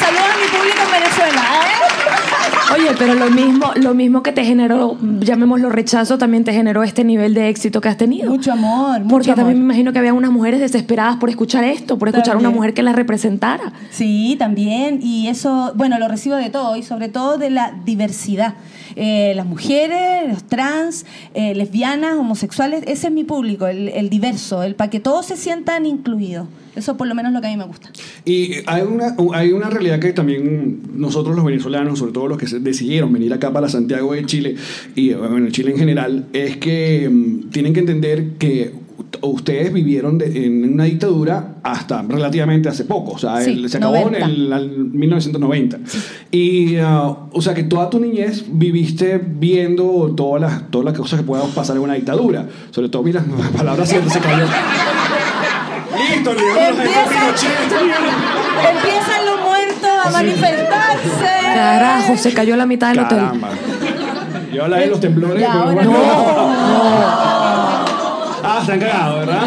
H: Saludos a mi público en Venezuela. ¿eh?
G: Oye, pero lo mismo, lo mismo que te generó, llamémoslo rechazo, también te generó este nivel de éxito que has tenido.
H: Mucho amor, mucho
G: Porque también me
H: amor.
G: imagino que había unas mujeres desesperadas por escuchar esto, por escuchar a una
H: También.
G: mujer que las representara.
H: Sí, también. Y eso, bueno, lo recibo de todo y sobre todo de la diversidad. Eh, las mujeres, los trans, eh, lesbianas, homosexuales, ese es mi público, el, el diverso, el para que todos se sientan incluidos. Eso por lo menos es lo que a mí me gusta.
E: Y hay una, hay una realidad que también nosotros los venezolanos, sobre todo los que se- decidieron venir acá para Santiago de Chile y bueno, Chile en general, es que mm, tienen que entender que ut- ustedes vivieron de- en una dictadura hasta relativamente hace poco, o sea,
H: Sí,
E: el- se acabó en
H: 90.
E: el al 1990. Y, ah, o sea, que toda tu niñez viviste viendo todas las, todas las cosas que puedan pasar en una dictadura. Sobre todo, mira, palabras ciertas se cayó. Listo, le damos la gente a Pinochet, mierda.
H: Empiezan los muertos a manifestarse.
G: Carajo, se cayó la mitad del hotel.
E: Caramba. Yo la de los temblores.
H: Ya,
E: pero
H: ahora
E: bueno.
H: no.
E: Ah, están cagados, ¿verdad?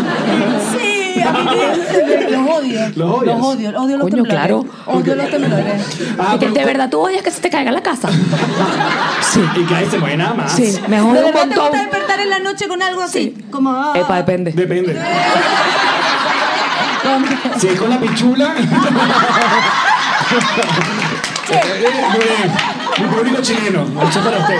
H: Sí, a mí me- los odio.
E: ¿Los odias?
H: odio, odio los
G: Coño,
H: temblores.
G: claro.
H: Odio los temblores.
E: Ah,
G: Y que,
E: pero-
G: de verdad, tú odias que se te caiga la casa. Sí,
E: Y que ahí se mueve nada más.
G: sí, me
H: ¿De
G: jode un
H: verdad te
G: montón.
H: gusta despertar en la noche con algo así?
G: Sí.
H: Como. ah,
G: Epa, depende.
E: Depende.
H: con-
E: Si es con la pichula. Eh, eh, muy bien. Mi público chileno, hecho para usted.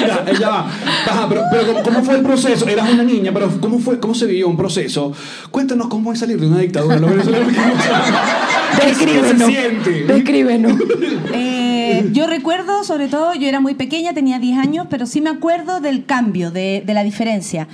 E: Mira, ella va. Ajá, pero, pero ¿cómo- ¿cómo fue el proceso? Eras una niña, pero ¿cómo, fue, ¿cómo se vivió un proceso? Cuéntanos cómo es salir de una dictadura. Los venezolanos que no saben. ¿Qué se
G: Descríbenos.
E: siente?
G: Descríbenos.
H: Eh, Eh, yo recuerdo, sobre todo, yo era muy pequeña, tenía 10 años, pero sí me acuerdo del cambio, de, de la diferencia.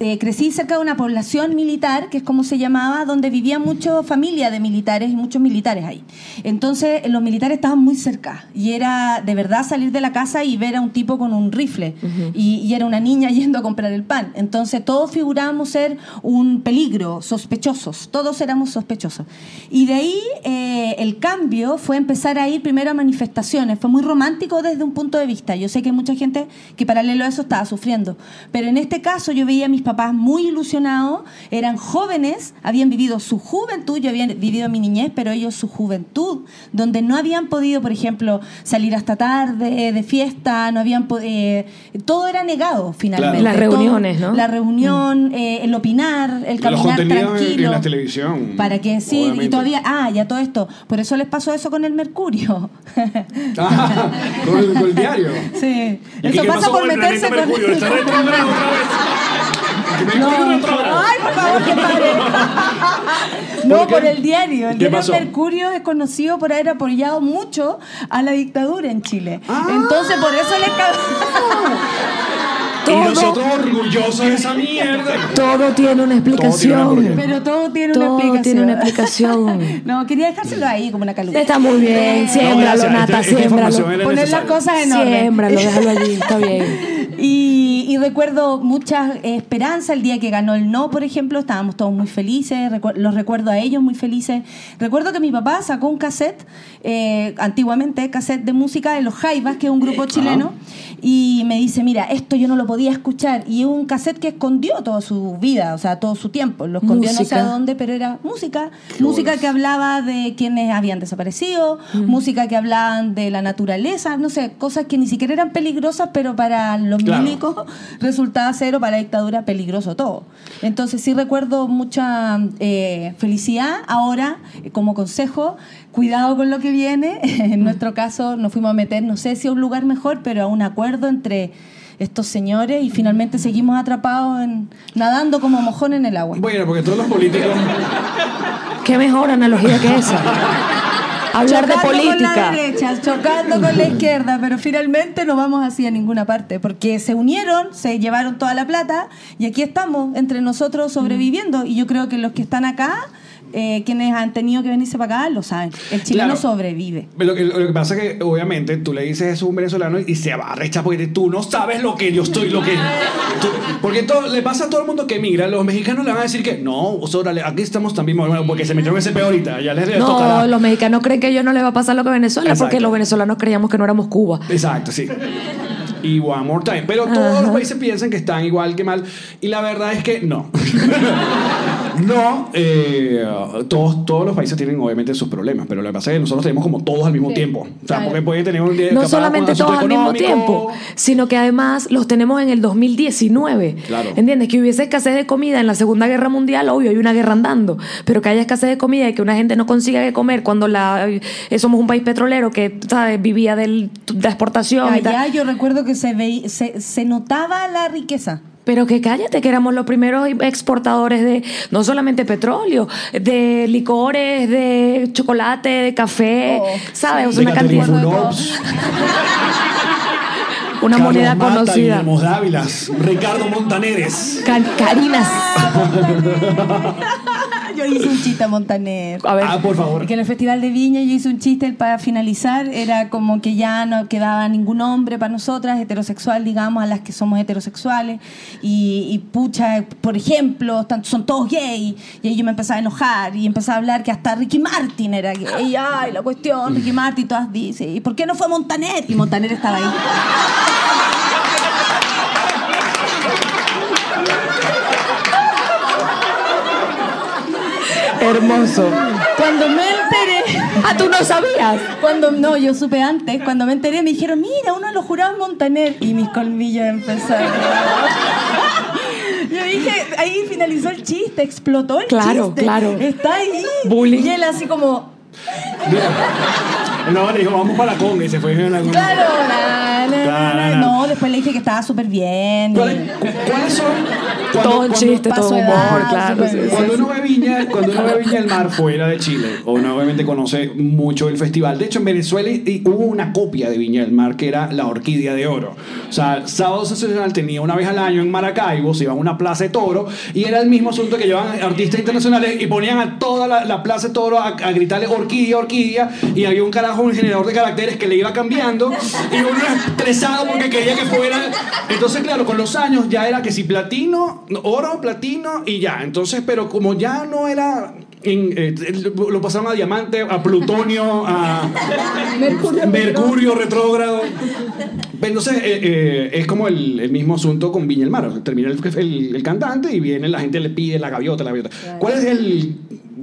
H: Eh, crecí cerca de una población militar, que es como se llamaba, donde vivía mucha familia de militares y muchos militares ahí. Entonces, los militares estaban muy cerca y era de verdad salir de la casa y ver a un tipo con un rifle y, y era una niña yendo a comprar el pan. Entonces, todos figurábamos ser un peligro, sospechosos, todos éramos sospechosos. Y de ahí eh, el cambio fue empezar a ir primero a manifestaciones. Fue muy romántico desde un punto de vista. Yo sé que hay mucha gente que paralelo a eso estaba sufriendo. Pero en este caso yo veía a mis papás muy ilusionados, eran jóvenes, habían vivido su juventud, yo había vivido mi niñez, pero ellos su juventud, donde no habían podido, por ejemplo, salir hasta tarde eh, de fiesta, no habían pod- eh, todo era negado finalmente.
G: Las
H: Todo-
G: reuniones, ¿no? Mm.
H: La reunión, eh, el opinar, el
E: Los
H: caminar
E: contenidos en-
H: tranquilo.
E: en la televisión.
H: ¿Para qué decir?
E: Obviamente.
H: Y todavía, ah, ya todo esto. Por eso les pasó eso con el mercurio.
E: Ah, con, el- con el diario.
H: sí.
I: ¿Y
H: Eso
I: qué
H: pasa
I: pasó
H: por
I: con el
H: meterse
I: planeta
H: con.
I: Mercurio? ¿Está retrógrado otra vez? ¿Que
H: No,
I: Mercurio retrógrado?
H: ay, por favor, qué padre. no, por, el diario. El
E: ¿Qué
H: diario
E: pasó?
H: Mercurio es conocido por haber apoyado mucho a la dictadura en Chile.
E: Ah.
H: Entonces, por eso les ca-
E: Y
G: Todo-
E: nosotros orgullosos de esa mierda.
G: Todo tiene una explicación.
E: porqué.
H: Pero todo tiene
G: Todo
H: una explicación.
G: tiene una explicación.
H: no, quería dejárselo ahí como una caluda.
G: Está muy bien, siémbralo,
E: gracias,
G: Nata,
E: esta- esta
G: siémbralo.
E: información era
H: Poner las
E: necesaria.
H: cosas en orden.
G: Siémbralo, déjalo allí, está bien.
H: Y, y recuerdo mucha eh, esperanza el día que ganó el no, por ejemplo, estábamos todos muy felices, recu- los recuerdo a ellos muy felices. Recuerdo que mi papá sacó un cassette, eh, antiguamente cassette de música de los Jaivas, que es un grupo chileno, y me dice, mira, esto yo no lo podía escuchar, y es un cassette que escondió toda su vida, o sea, todo su tiempo, lo escondió no sé
G: Música.
H: a dónde, pero era música, música que hablaba de quienes habían desaparecido, música que hablaban de la naturaleza, no sé, cosas que ni siquiera eran peligrosas, pero para los
E: Claro.
H: milicos resultaba cero, para la dictadura peligroso todo. Entonces sí recuerdo mucha eh, felicidad. Ahora, eh, como consejo, cuidado con lo que viene. en nuestro caso nos fuimos a meter, no sé si a un lugar mejor, pero a un acuerdo entre estos señores y finalmente seguimos atrapados en, nadando como mojón en el agua.
E: Bueno, porque todos los políticos.
G: Qué mejor analogía que esa. Hablar de
H: Chocando
G: política.
H: Con la derecha, chocando con la izquierda, pero finalmente no vamos así a ninguna parte, porque se unieron, se llevaron toda la plata y aquí estamos entre nosotros sobreviviendo. Y yo creo que los que están acá, eh, quienes han tenido que venirse para acá, lo saben. El chileno
E: Claro.
H: sobrevive.
E: Lo que, lo que pasa es que, obviamente, tú le dices eso a un venezolano y se va a rechazar porque tú no sabes lo que yo estoy, lo que. tú- porque todo, le pasa a todo el mundo que migra. Los mexicanos le van a decir que no, o sea, órale, aquí estamos también, bueno, porque se metieron ese peor ahorita. Ya les, les tocará.
G: No, los mexicanos creen que a ellos no les va a pasar lo que a Venezuela,
E: Exacto.
G: porque los venezolanos creíamos que no éramos Cuba.
E: Exacto, sí. Y one more time. Pero todos los países piensan que están igual que mal. Y la verdad es que no. no. eh, todos, todos los países tienen obviamente sus problemas. Pero lo que pasa es que nosotros tenemos como todos al mismo tiempo. O sea, porque pueden tener un día
G: No
E: capaz
G: solamente
E: un asunto
G: todos al mismo
E: económico.
G: tiempo, sino que además los tenemos en el 2019.
E: Claro.
G: ¿Entiendes? Que hubiese escasez de comida en la Segunda Guerra Mundial, obvio, hay una guerra andando, pero que haya escasez de comida y que una gente no consiga que comer cuando la eh, somos un país petrolero que, ¿sabes?, vivía del, de la exportación. y tal.
H: Allá yo recuerdo que se, veí- se, se notaba la riqueza.
G: Pero que cállate, que éramos los primeros exportadores de no solamente petróleo, de licores, de chocolate, de café,
H: Oh,
G: ¿sabes? O sea,
E: De
G: una cantidad,
E: Catherine
H: Recuerdo
E: Fulopes,
G: una
E: Carlos
G: moneda
E: Mata,
G: conocida.
E: Guillermo Dávilas, Ricardo Montaneres.
G: Car- Carinas.
H: Ah, yo hice un chiste a Montaner.
G: A ver,
E: Ah, por favor.
H: Que en el Festival de Viña yo hice un chiste para finalizar, era como que ya no quedaba ningún hombre para nosotras, heterosexual, digamos, a las que somos heterosexuales. Y, y pucha, por ejemplo, están- son todos gay. Y ahí yo me empezaba a enojar y empezaba a hablar que hasta Ricky Martin era gay. Ay, la cuestión, Ricky Martin, todas dicen, ¿y por qué no fue Montaner? Y Montaner estaba ahí.
G: hermoso.
H: Cuando me enteré...
G: Ah, tú no sabías.
H: Cuando, no, yo supe antes, cuando me enteré me dijeron, mira, uno de los jurados es Montaner. Y mis colmillos empezaron. Yo dije, ahí finalizó el chiste, explotó el
G: Claro,
H: chiste.
G: claro.
H: Está ahí.
G: Bullying.
H: Y él así como,
E: Mira, No, le dijo, vamos para la conga y se fue. a la conga.
H: Claro, na, na, na, na.
E: Claro, no.
H: no, después le dije que estaba súper bien.
E: ¿Cuáles cu- cuáles son? Cuando,
G: Todo un
E: cuando-
G: chiste, todo
H: paso
G: un
H: de
G: humor,
H: edad,
G: claro. sí,
H: súper
G: sí,
E: Cuando
G: sí.
E: uno ve Viña, cuando uno ve Viña del Mar fuera de Chile, uno obviamente conoce mucho el festival. De hecho, en Venezuela y- hubo una copia de Viña del Mar que era la Orquídea de Oro. O sea, Sábado Sensacional tenía una vez al año en Maracaibo, se iba a una plaza de toro y era el mismo asunto que llevaban artistas internacionales y ponían a toda la, la plaza de toro a, a gritarle Orquídea, Orquídea y había un carajo, un generador de caracteres que le iba cambiando y uno era estresado porque quería que fuera. Entonces, claro, con los años ya era que si platino, oro, platino y ya. Entonces, pero como ya no era. en- eh, lo pasaron a diamante, a plutonio, a mercurio, retrógrado. Entonces, eh, eh, es como el, el mismo asunto con Viña el Mar. Termina el, el- el cantante y viene la gente, le pide la gaviota, la gaviota. ¿Cuál es el.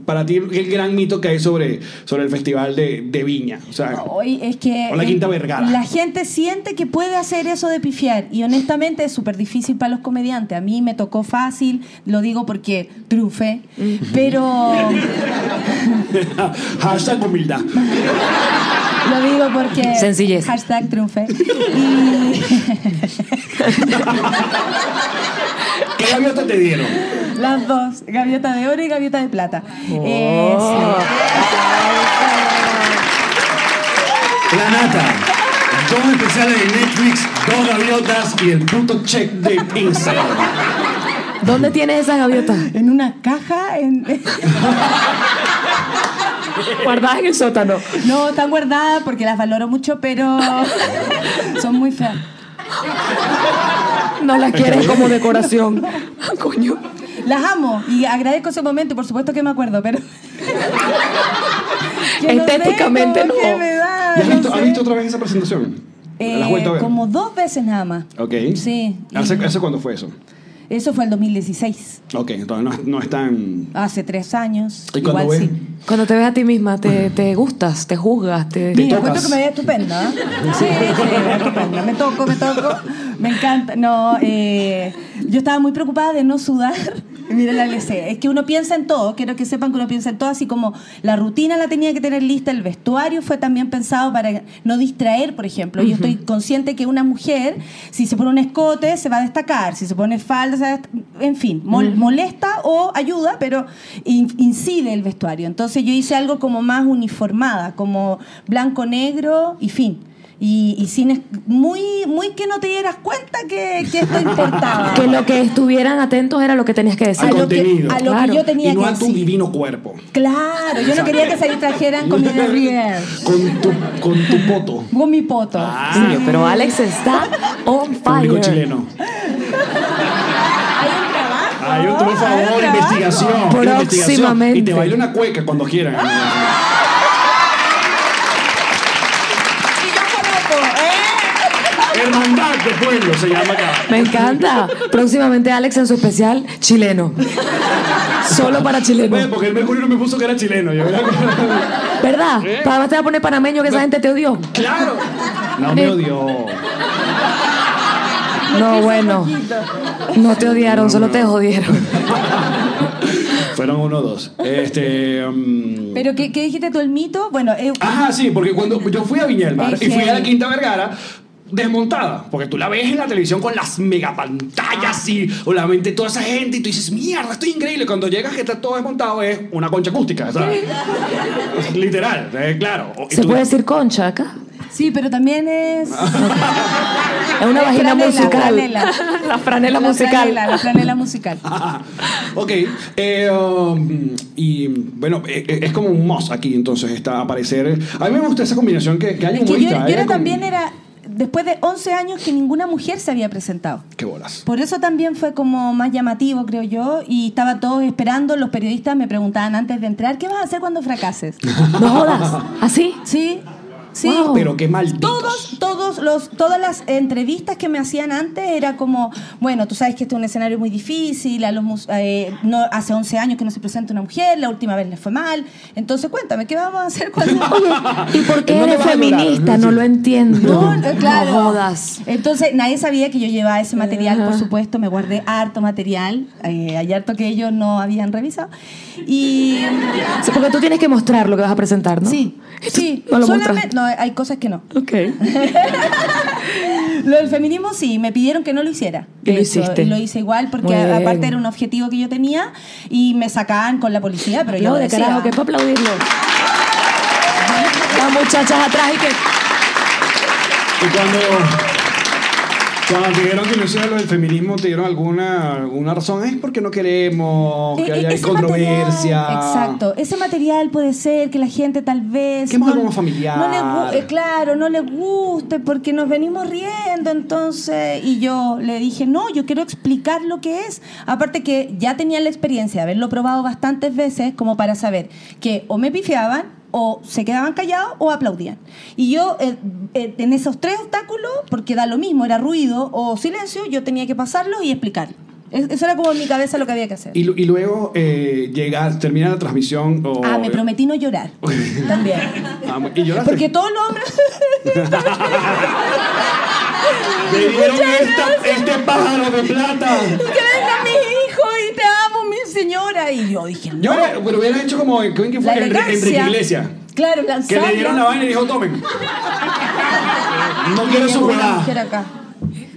E: Para ti, el gran mito que hay sobre, sobre el festival de, de Viña. O sea,
H: Hoy es que eh,
E: O la Quinta Vergara.
H: la gente siente que puede hacer eso de pifiar y honestamente es súper difícil para los comediantes. A mí me tocó fácil, lo digo porque triunfé, pero
E: hashtag humildad.
H: lo digo porque
G: Sencillez.
H: hashtag triunfé. Y
E: ¿Qué gaviota te dieron?
H: las dos, gaviota de oro y gaviota de plata. Eh,
E: Oh. La nata. Dos especiales de Netflix, dos gaviotas y el puto check de
H: Ah,
E: Instagram.
G: ¿Dónde tienes esa gaviota?
H: sí. Este, En una caja, en...
G: Guardadas en el sótano.
H: No, están guardadas porque las valoro mucho, pero son muy feas.
G: No las quieres como decoración. Coño.
H: Las amo y agradezco ese momento, y por supuesto que me acuerdo, pero. Que no sé
G: Estéticamente
H: cómo
G: no.
H: que me da,
E: ¿Has
H: no
E: visto, has
H: sé.
E: visto otra vez esa presentación? ¿La has
H: Eh,
E: vuelto a ver?
H: como dos veces nada más.
E: Ok.
H: Sí.
E: ¿Hace,
H: Y
E: hace cuándo fue eso?
H: Eso fue el 2016,
E: Ok, entonces no, no es tan...
H: hace tres años.
E: ¿Y cuando
H: Igual
E: ves?
H: sí.
G: Cuando te ves a ti misma, te, te gustas, te juzgas, te...
E: Te
H: Sí,
E: tocas.
H: encuentro que me veía estupenda. ¿eh? Sí, sí, me veía estupenda. Me toco, me toco. Me encanta. No, eh, yo estaba muy preocupada de no sudar. Mira la LC. Es que uno piensa en todo. Quiero que sepan que uno piensa en todo. Así como la rutina la tenía que tener lista, el vestuario fue también pensado para no distraer, por ejemplo. Yo estoy consciente que una mujer, si se pone un escote, se va a destacar. Si se pone falda, se va a dest- en fin, mol- molesta o ayuda, pero in- incide el vestuario. Entonces yo hice algo como más uniformada, como blanco-negro y fin. Y, y sin es- muy, muy que no te dieras cuenta que, que esto importaba.
G: Que lo que estuvieran atentos era lo que tenías que decir.
E: Al
H: a lo, que,
E: contenido.
H: a lo que
G: Claro.
H: yo tenía
E: Y no
H: que
E: a tu
H: decir.
E: divino cuerpo.
H: Claro, yo no quería que se distrajeran con mi derrier,
E: Con tu, con tu poto.
H: con mi poto.
E: Ah,
G: Sí, pero Alex está on
E: público
G: fire.
E: chileno.
H: Hay un
E: Ay, yo,
H: trabajo.
E: por
H: hay un
E: favor,
H: trabajo.
E: investigación.
G: Próximamente.
E: investigación. Y te baile una cueca cuando quieran.
H: Y yo joropo, ¿eh?
E: Hermandad de pueblo se llama acá.
G: Me encanta. Próximamente Alex en su especial chileno. Solo para
E: Bueno,
G: chilenos.
E: porque el Mercurio no me puso que era chileno. Yo era-
G: ¿Verdad? Para más te va a poner panameño que esa gente te odió.
E: claro. No me odió.
G: No, bueno. No te odiaron, solo te jodieron.
E: Fueron uno o dos. Este. mm,
H: Pero, ¿qué, qué dijiste tú, el mito? Bueno, eh,
E: Ah, sí, porque cuando yo fui a Viña del Mar
H: Es
E: y fui a la
H: heavy.
E: Quinta Vergara desmontada, porque tú la ves en la televisión con las megapantallas y obviamente toda esa gente y tú dices, mierda, esto es increíble. Cuando llegas que está todo desmontado es una concha acústica, ¿sabes? Literal, eh, claro. O- y
G: ¿Se
E: tú-
G: puede decir concha acá?
H: sí, pero también es.
E: Ah.
G: Es una
H: La
G: vagina
H: franela,
G: musical.
H: franela.
G: La franela
H: la
G: musical.
H: franela, la franela musical.
E: Ah, ok, eh, um, y bueno, eh, eh, es como un must aquí entonces está aparecer. A mí me gusta esa combinación que, que hay
H: Es que yo,
E: humorista.
H: yo
E: eh,
H: era
E: con-
H: también era. Después de 11 años que ninguna mujer se había presentado.
E: Qué bolas.
H: Por eso también fue como más llamativo, creo yo, y estaba todos esperando, los periodistas me preguntaban antes de entrar, ¿qué vas a hacer cuando fracases?
G: No jodas. ¿Así?
H: Sí. Sí.
G: Wow.
E: Pero qué malditos.
H: Todos, todos los, todas las entrevistas que me hacían antes era como, bueno, tú sabes que este es un escenario muy difícil, a los mus- eh, no, hace 11 años que no se presenta una mujer, la última vez les fue mal, entonces cuéntame, ¿qué vamos a hacer cuando...
G: ¿Y por qué
E: ¿En dónde
G: eres
E: vas a llorar?
G: feminista? No lo entiendo.
H: No, no, claro.
G: No jodas.
H: Entonces, nadie sabía que yo llevaba ese material, por supuesto. Me guardé harto material. eh, hay harto que ellos no habían revisado. Y.
G: Sí, Porque tú tienes que mostrar lo que vas a presentar, ¿no?
H: Sí, sí.
G: No lo
H: solamente,
G: muestras.
H: no, hay cosas que no.
G: Ok.
H: Lo del feminismo sí, me pidieron que no lo hiciera.
G: Y lo
H: De hecho,
G: hiciste.
H: y lo hice igual porque
G: Muy bien.
H: aparte era un objetivo que yo tenía y me sacaban con la policía, pero yo
G: No,
H: lo
G: de
H: decía.
G: carajo, que es para aplaudirlo. Las muchachas atrás y que.
E: Y cuando, cuando te dieron que no hiciera lo del feminismo, ¿te dieron alguna, alguna razón? Es porque no queremos que
H: Eh, eh,
E: haya
H: ese
E: controversia.
H: material- exacto. Ese material puede ser que la gente tal vez.
E: Que es más como familiar.
H: no le gu- eh, claro, no le guste porque nos venimos riendo. Entonces, y yo le dije, no, yo quiero explicar lo que es. Aparte, que ya tenía la experiencia de haberlo probado bastantes veces como para saber que o me pifiaban o se quedaban callados o aplaudían. Y yo eh, eh, en esos tres obstáculos, porque da lo mismo, era ruido o silencio, yo tenía que pasarlo y explicarlo. Es- Eso era como en mi cabeza lo que había que hacer.
E: Y, lu- y luego eh, llegar, termina la transmisión. o- eh,
H: Ah, me prometí no llorar. También.
E: Ah, y lloraste.
H: Porque todos los hombres.
E: Me dieron esta- este pájaro de plata.
H: que venga mi hijo y te amo, mi señora. Y yo dije,
E: Yo
H: no.
E: hubiera- pero hubiera hecho como ¿quién que
H: La
E: fue Enri-
H: elegancia.
E: Enrique Iglesias.
H: Claro,
E: Que
H: lanzarla.
E: le dieron la vaina y dijo, tomen. No quiero su
H: Una
E: huevada.
H: mujer acá.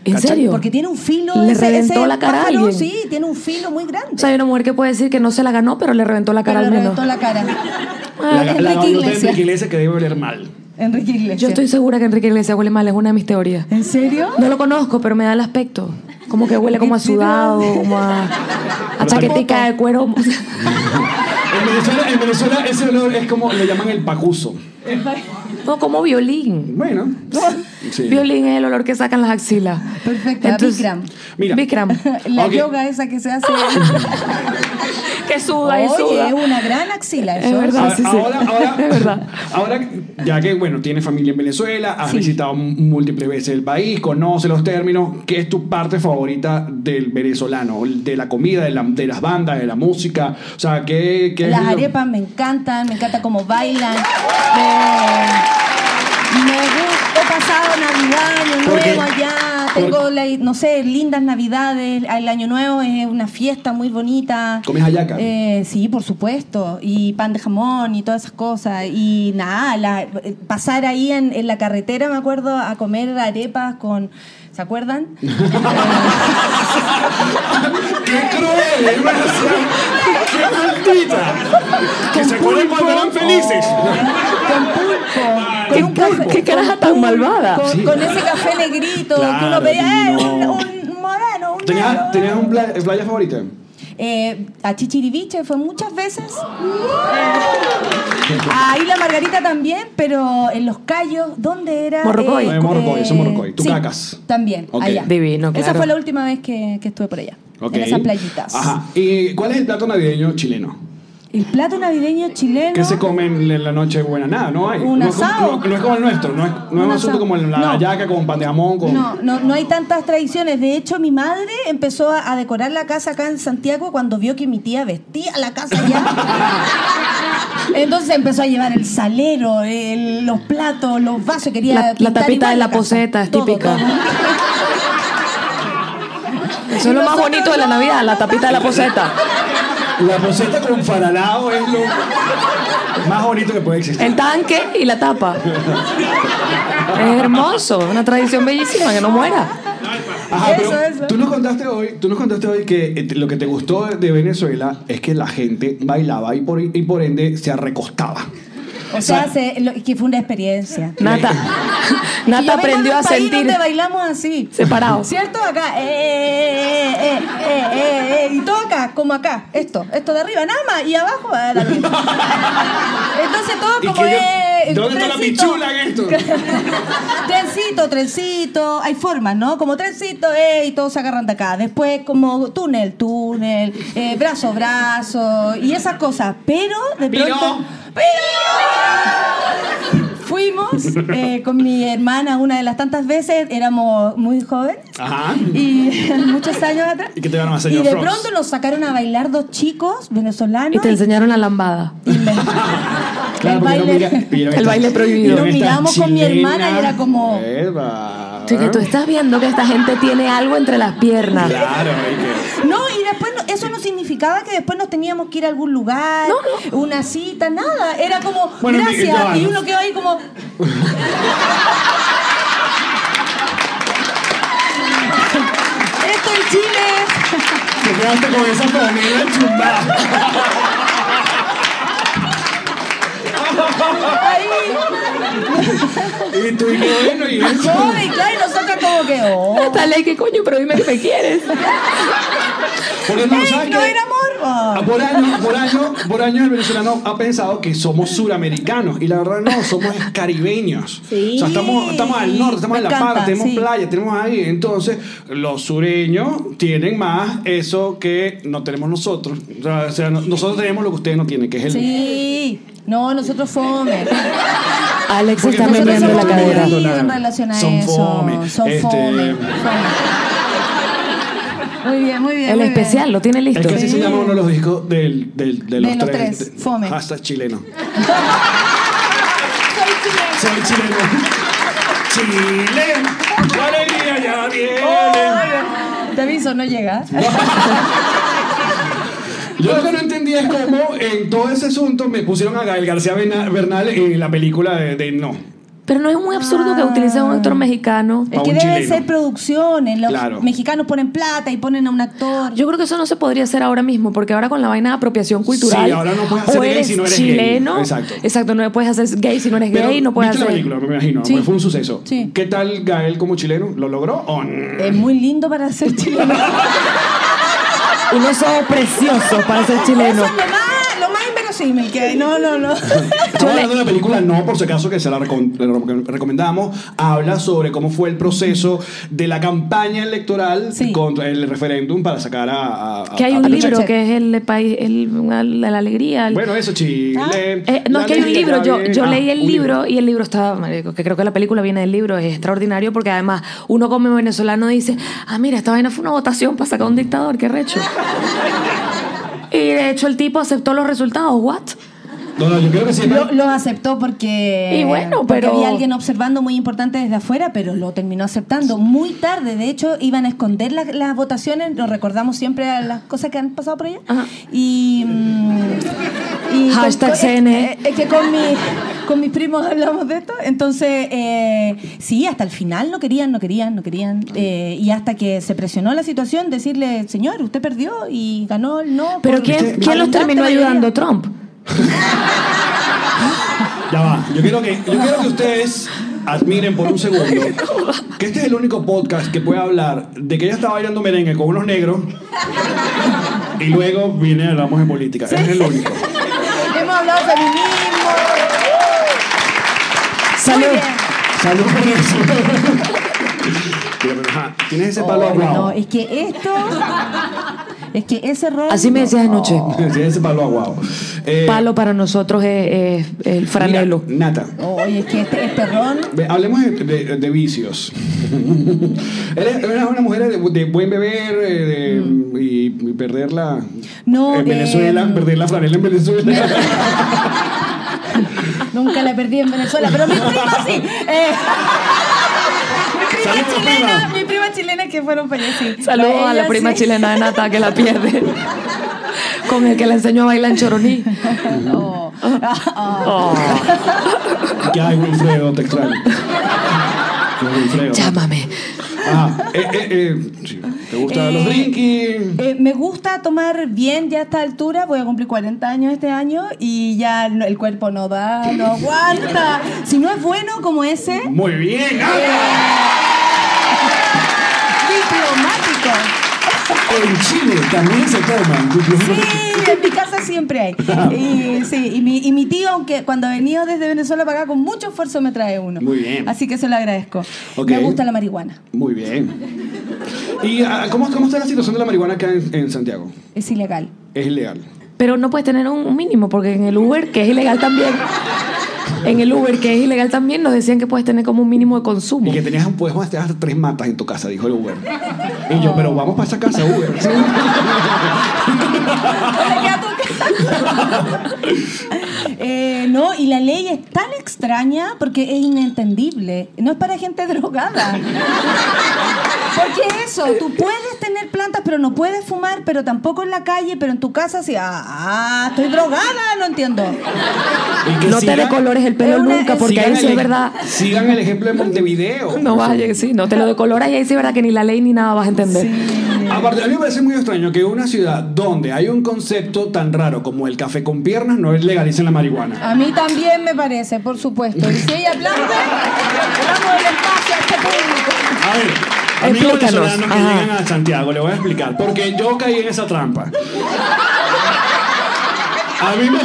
G: ¿En serio?
H: Porque tiene un filo.
G: Le
H: ese,
G: reventó
H: ese
G: la cara a
H: pájaro,
G: alguien.
H: Sí, tiene un filo muy grande.
G: O sea, hay una mujer que puede decir que no se la ganó, pero le reventó la cara
H: pero le
G: al menos. Ah,
H: reventó la cara.
E: La, la, la gaviota
H: Ah, Enrique
E: de Enrique
H: Iglesias.
E: Iglesias que debe oler mal.
H: Enrique Iglesias.
G: Yo estoy segura que Enrique Iglesias huele mal, es una de mis teorías.
H: ¿En serio?
G: No lo conozco, pero me da el aspecto. Como que huele como a sudado, como a, a chaquetica de cuero.
E: En Venezuela, en Venezuela ese olor es como le llaman el pacuso.
G: No, como violín.
E: Bueno. Sí.
G: Violín es el olor que sacan las axilas.
H: Perfecto, Bikram.
E: Mira.
G: Bikram.
H: La
E: Ok.
H: yoga esa que se hace.
G: Que suda y
H: Oye, es
G: suda.
H: una gran axila.
G: Es
H: eso.
G: verdad.
E: Ahora,
G: sí, sí.
E: ahora, ahora-
G: Es verdad.
E: ahora, ya que, bueno, tienes familia en Venezuela, has visitado m- múltiples veces el país, conoces los términos, ¿qué es tu parte favorita del venezolano? De la comida, de, la- de las bandas, de la música, o sea, ¿qué, qué es
H: Las
E: lo-
H: arepas me encantan, me encanta cómo bailan. Me, me gusta, he pasado Navidad, Año
E: Porque-
H: Nuevo allá.
E: por-
H: Tengo, la- no sé, lindas Navidades. El Año Nuevo es una fiesta muy bonita.
E: ¿Comes hallaca?
H: Eh, sí, por supuesto. Y pan de jamón y todas esas cosas. Y nada, la- eh, pasar ahí en, en la carretera, me acuerdo, a comer arepas con. ¿Se acuerdan?
E: ¡Qué cruel! hermano! ¡Qué maldita! ¡Que se acuerden cuando eran felices!
H: Con pulpo. Con un café-
G: ¿Qué caraja tan malvada?
H: Con, con ese café negrito que uno
E: Claro,
H: veía, eh,
E: no.
H: un, un moreno, un negro.
E: ¿Tenías, tenías un pla- playa favorita?
H: Eh, a Chichiriviche fue muchas veces. Eh, a Isla Margarita también, pero en Los Cayos, ¿dónde era? Este,
G: Morrocoy.
E: Eh, Morrocoy, eso es Morrocoy.
H: sí,
E: Tucacas.
H: también,
E: Ok.
H: allá.
G: Divino, claro.
H: Esa fue la última vez que, que estuve por allá,
E: Ok.
H: en esas playitas.
E: Ajá. ¿Y cuál es el plato navideño chileno?
H: El plato navideño chileno...
E: ¿Qué se come en la noche buena? Nada, no hay.
H: Un
E: no, es como-
H: asado.
E: no- no es como el nuestro, no es, no es un
H: Un
E: asunto
H: asado.
E: como la
H: No.
E: hallaca con pan de jamón, con...
H: No, no, no hay tantas tradiciones. De hecho, mi madre empezó a, a decorar la casa acá en Santiago cuando vio que mi tía vestía la casa ya. Entonces empezó a llevar el salero, el- los platos, los vasos. Quería
G: La- la
H: pintar
G: tapita
H: igual
G: de la
H: casa.
G: poseta es
H: Todo,
G: típica.
H: todo.
G: Eso es lo más
H: Nosotros
G: bonito de la
H: no,
G: Navidad, la tapita de la poseta.
E: La poseta con faralao es lo más bonito que puede existir.
G: El tanque y la tapa. Es hermoso, una tradición bellísima, que no muera.
E: Ajá,
H: Eso,
E: pero
H: eso.
E: Tú, nos contaste hoy, tú nos contaste hoy que eh, te- lo que te gustó de Venezuela es que la gente bailaba y por, y por ende se recostaba.
H: O sea, se- lo- que fue una experiencia.
G: Nata,
H: Y yo vengo
G: Nata
H: de
G: aprendió
H: un
G: a
H: país
G: sentir
H: donde bailamos así.
G: separado.
H: ¿Cierto? Acá. eh, eh, eh, eh, eh, eh, eh, y todo acá, como acá. Esto, esto de arriba, nada más. Y abajo. ah, la misma. Entonces todo
E: ¿Y
H: como
E: que yo-
H: eh,
E: ¿Dónde está la
H: trencito.
E: pichula en esto?
H: trencito, trencito. Hay formas, ¿no? Como trencito, eh, y todos se agarran de acá. Después como túnel, túnel, eh, brazo, brazo. Y esas cosas. Pero de
E: Piro.
H: pronto. ¡Piro! Fuimos Caracas eh, con mi hermana una de las tantas veces, éramos muy jóvenes
E: Ajá.
H: y muchos años atrás.
E: ¿Y qué te llaman,
H: Y
E: señor
H: de
E: Frogs?
H: pronto nos sacaron a bailar dos chicos venezolanos.
G: Y te
H: y-
G: enseñaron la lambada.
E: Claro,
H: el
E: porque no
H: baile-
E: mira- mira
G: el
E: esta-
G: baile prohibido.
E: mira
H: Lo
E: esta
H: miramos con mi hermana y era como-
E: Eva.
G: Tú, que tú estás viendo que esta gente tiene algo entre las piernas.
E: Claro, Enrique.
H: No, y después no- eso no significaba que después nos teníamos que ir a algún lugar, una cita, nada. Era como,
E: Bueno, y-
H: gracias.
E: ya,
H: y
E: ¿no?
H: uno quedó ahí como. Esto en Chile.
E: Te quedaste con esa familia chumbada.
H: Ahí.
E: Y tú y qué bueno, y eso.
H: Joven, claro, y nosotros como que. Oh.
G: Esta ley, que coño? Pero dime que me quieres.
E: Porque no,
H: Ey,
E: ¿sabes
H: no
E: qué?
H: era
E: Ah,
H: amor.
E: Por año, por año, por año el venezolano ha pensado que somos suramericanos y la verdad no, somos caribeños.
H: Sí.
E: O sea, estamos, estamos al norte, estamos en
H: Me
E: la
H: encanta,
E: parte, tenemos
H: sí.
E: playa, tenemos ahí. Entonces, los sureños tienen más eso que no tenemos nosotros. O sea, o sea, no- nosotros tenemos lo que ustedes no tienen, que es pues, el...
H: Sí. No, nosotros fome.
G: Alex
E: Porque
G: está
E: nosotros
G: meneando la
E: somos muy
G: cadera.
E: ricos.
H: en relación a
E: Son
H: eso.
E: fome.
H: Son
E: Este-
H: fome. fome. Muy bien, muy bien.
G: El
H: muy bien.
G: especial lo tiene
E: Es
G: listo.
E: que así se llama uno de los discos del, del- de los
H: De los
E: tres.
H: tres, fome.
E: Hasta chileno.
H: Soy chilena.
E: Soy chileno. Chile, la alegría ya viene.
H: Te aviso, no llega.
E: Yo lo que no entendía es cómo en todo ese asunto me pusieron a Gael García Bena- Bernal en la película de, de No.
G: Pero no es muy absurdo que utilice a un actor mexicano.
E: Pa'
H: Es que
E: un
H: deben
E: chileno.
H: ser producciones. Los
E: Claro.
H: mexicanos ponen plata y ponen a un actor.
G: Yo creo que eso no se podría hacer ahora mismo, porque ahora con la vaina de apropiación cultural.
E: Sí, ahora no puedes hacer
G: o
E: gay
G: eres
E: si no eres gay.
G: chileno.
E: Exacto.
G: Exacto, no puedes hacer gay si no eres
E: Pero
G: gay, no puedes
E: ¿viste
G: hacer.
E: la película, me imagino.
H: Sí.
E: Bueno, Fue un suceso.
H: Sí.
E: ¿Qué tal Gael como chileno? ¿Lo logró o no?
H: Es muy lindo para ser chileno.
G: Unos ojos preciosos para ser chileno.
H: Eso es lo más, lo más inverosímil que hay. No, no, no.
E: Estamos hablando de la película No, por si acaso, que se la recom- recom- recomendamos. Habla sobre cómo fue el proceso de la campaña electoral
H: Sí.
E: contra el referéndum para sacar a. a- a-
G: Que hay
E: a
G: un
E: Pinochet.
G: libro que es el país, el- la, la alegría. el-
E: Bueno, eso, Chile.
G: Eh, no,
E: La
G: es que hay un
E: alegría
G: libro.
E: ya
G: Yo,
E: viene.
G: yo
E: Ah,
G: leí el
E: un
G: libro, y el libro está, marico, que creo que la película viene del libro, es extraordinario porque además uno como venezolano dice, ah, mira, esta vaina fue una votación para sacar a un dictador, qué recho. y de hecho el tipo aceptó los resultados, what?
E: No, no, yo creo que sí.
H: Lo, lo aceptó porque,
G: Y bueno,
H: porque
G: pero-
H: había alguien observando muy importante desde afuera, pero lo terminó aceptando muy tarde. De hecho, iban a esconder las, las votaciones. Nos recordamos siempre a las cosas que han pasado por allá.
G: Ajá.
H: Y, mm, y con-
G: Hashtag E.
H: con-
G: CNE.
H: eh, Es que con, mi- con mis primos hablamos de esto. Entonces, eh, sí, hasta el final no querían, no querían, no querían. Eh, y hasta que se presionó la situación, decirle, señor, usted perdió y ganó el no.
G: Pero
H: por
G: ¿quién, ¿quién los
H: abundante
G: terminó
H: mayoría".
G: ayudando? Trump.
E: Ya va. Yo quiero, que, yo quiero que ustedes admiren por un segundo que este es el único podcast que puede hablar de que ella estaba bailando merengue con unos negros y luego viene hablamos de política. Es el único.
H: Hemos hablado de feminismo.
E: Salud.
H: bien.
E: Salud por eso. Mira, pero, ajá, Tienes ese palo
H: Ay, No,
E: aguado.
H: es que esto. Es que ese rol.
G: Así me decías anoche.
E: Tienes ese palo aguado. Eh,
G: Palo para nosotros es, es el franelo.
E: mira, Nata.
H: Oye, es que este, este ron.
E: Ve, Hablemos de, de- de vicios. Eres eres una mujer de, de buen beber eh, de- y, y perder la.
H: Mm. No,
E: En Venezuela,
H: em,
E: perder la franela en Venezuela.
H: Nunca la perdí en Venezuela, pero mi prima sí. Eh, mi prima
E: Saludos,
H: chilena,
E: prima.
H: mi prima chilena que fueron para allá, sí.
G: Saludos a la
H: Ella
G: prima
H: sí.
G: chilena de Nata que la pierde. Con el que la enseñó a bailar en choroní.
H: Oh. Ah, ah.
G: Oh.
E: que hay Wilfredo, te extraño. Que hay, Wilfredo.
G: Llámame.
E: Ah, eh, eh, eh, sí. ¿Te gustan los
H: Eh,
E: drinking?
H: Eh, me gusta tomar bien ya a esta altura, voy a cumplir 40 años este año y ya no- el cuerpo no da, no aguanta. Si no es bueno como ese,
E: Muy bien.
H: eh,
E: Ah,
H: diplomático.
E: en Chile también se toman.
H: Sí, en mi casa siempre hay. Y, sí, y, mi, y mi tío, aunque cuando venía desde Venezuela para acá, con mucho esfuerzo me trae uno.
E: Muy bien.
H: Así que se lo agradezco.
E: Ok.
H: Me gusta la marihuana.
E: Muy bien. ¿Y ah, ¿cómo, cómo está la situación de la marihuana acá en, en Santiago?
H: Es ilegal.
E: Es ilegal.
G: Pero no puedes tener un mínimo, porque en el Uber, que es ilegal también, en el Uber, que es ilegal también, nos decían que puedes tener como un mínimo de consumo.
E: Y que tenías, un- puedes tenías hasta tres matas en tu casa, dijo el Uber. Y yo, pero vamos para esa casa, Uber.
H: Eh, no, y la ley es tan extraña porque es inentendible. No es para gente drogada. Porque eso, tú puedes tener plantas, pero no puedes fumar, pero tampoco en la calle, pero en tu casa sí. Ah, ah, estoy drogada, no entiendo.
E: Y que
G: No te
E: sigan-
G: decolores el
H: Es
G: pelo
H: una-
G: nunca, porque
E: sigan
G: ahí sí
E: el
G: es
E: ej-
G: verdad.
E: Sigan el ejemplo de Montevideo.
G: No vas a llegar, sí, no te lo decoloras y ahí sí es verdad que ni la ley ni nada vas a entender.
E: Aparte, a mí me parece muy extraño que una ciudad donde hay un concepto tan raro como el café con piernas no legalicen la marihuana.
H: A mí también me parece, por supuesto. Y si ella planta, damos el espacio a este público.
E: A ver, amigos
G: Explícanos.
E: venezolanos que
G: Ajá.
E: llegan a Santiago, le voy a explicar. Porque yo caí en esa trampa. A mí me.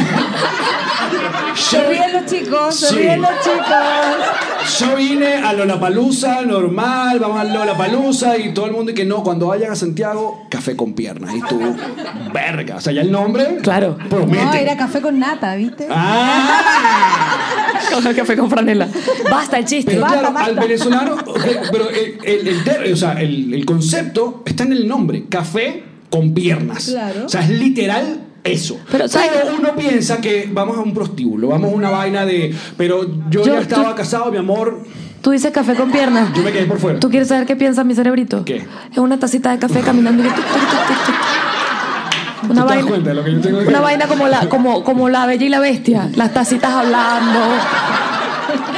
H: Se ríen los chicos, se
E: Sí.
H: ríen los chicos.
E: Yo vine a Lollapalooza, normal, vamos a Lollapalooza y todo el mundo y que no, cuando vayan a Santiago, café con piernas. Y tú, verga. O sea, ya el nombre.
G: Claro.
E: Promete.
H: No, era café con nata, ¿viste?
E: Ah,
G: Con el café con franela. Basta el chiste.
E: pero
H: Basta,
E: claro, al
H: basta.
E: venezolano, ok, pero el, el- el ter- o sea, el- el concepto está en el nombre, café con piernas.
H: Claro.
E: O sea, es literal eso.
G: Pero, ¿sabes qué?
E: uno piensa que vamos a un prostíbulo, vamos a una vaina de, pero yo,
G: Yo-
E: ya estaba
G: tú-
E: casado, mi amor,
G: Tú dices café con piernas.
E: yo me quedé por fuera.
G: ¿Tú quieres saber qué piensa mi cerebrito?
E: ¿Qué?
G: Es una tacita de café caminando. y yo, tuc, tuc, tuc, tuc, tuc. Una
E: ¿Tú te das
G: vaina,
E: cuenta de lo que yo tengo que-
G: una vaina como la, como, como la bella y la bestia. Las tacitas hablando.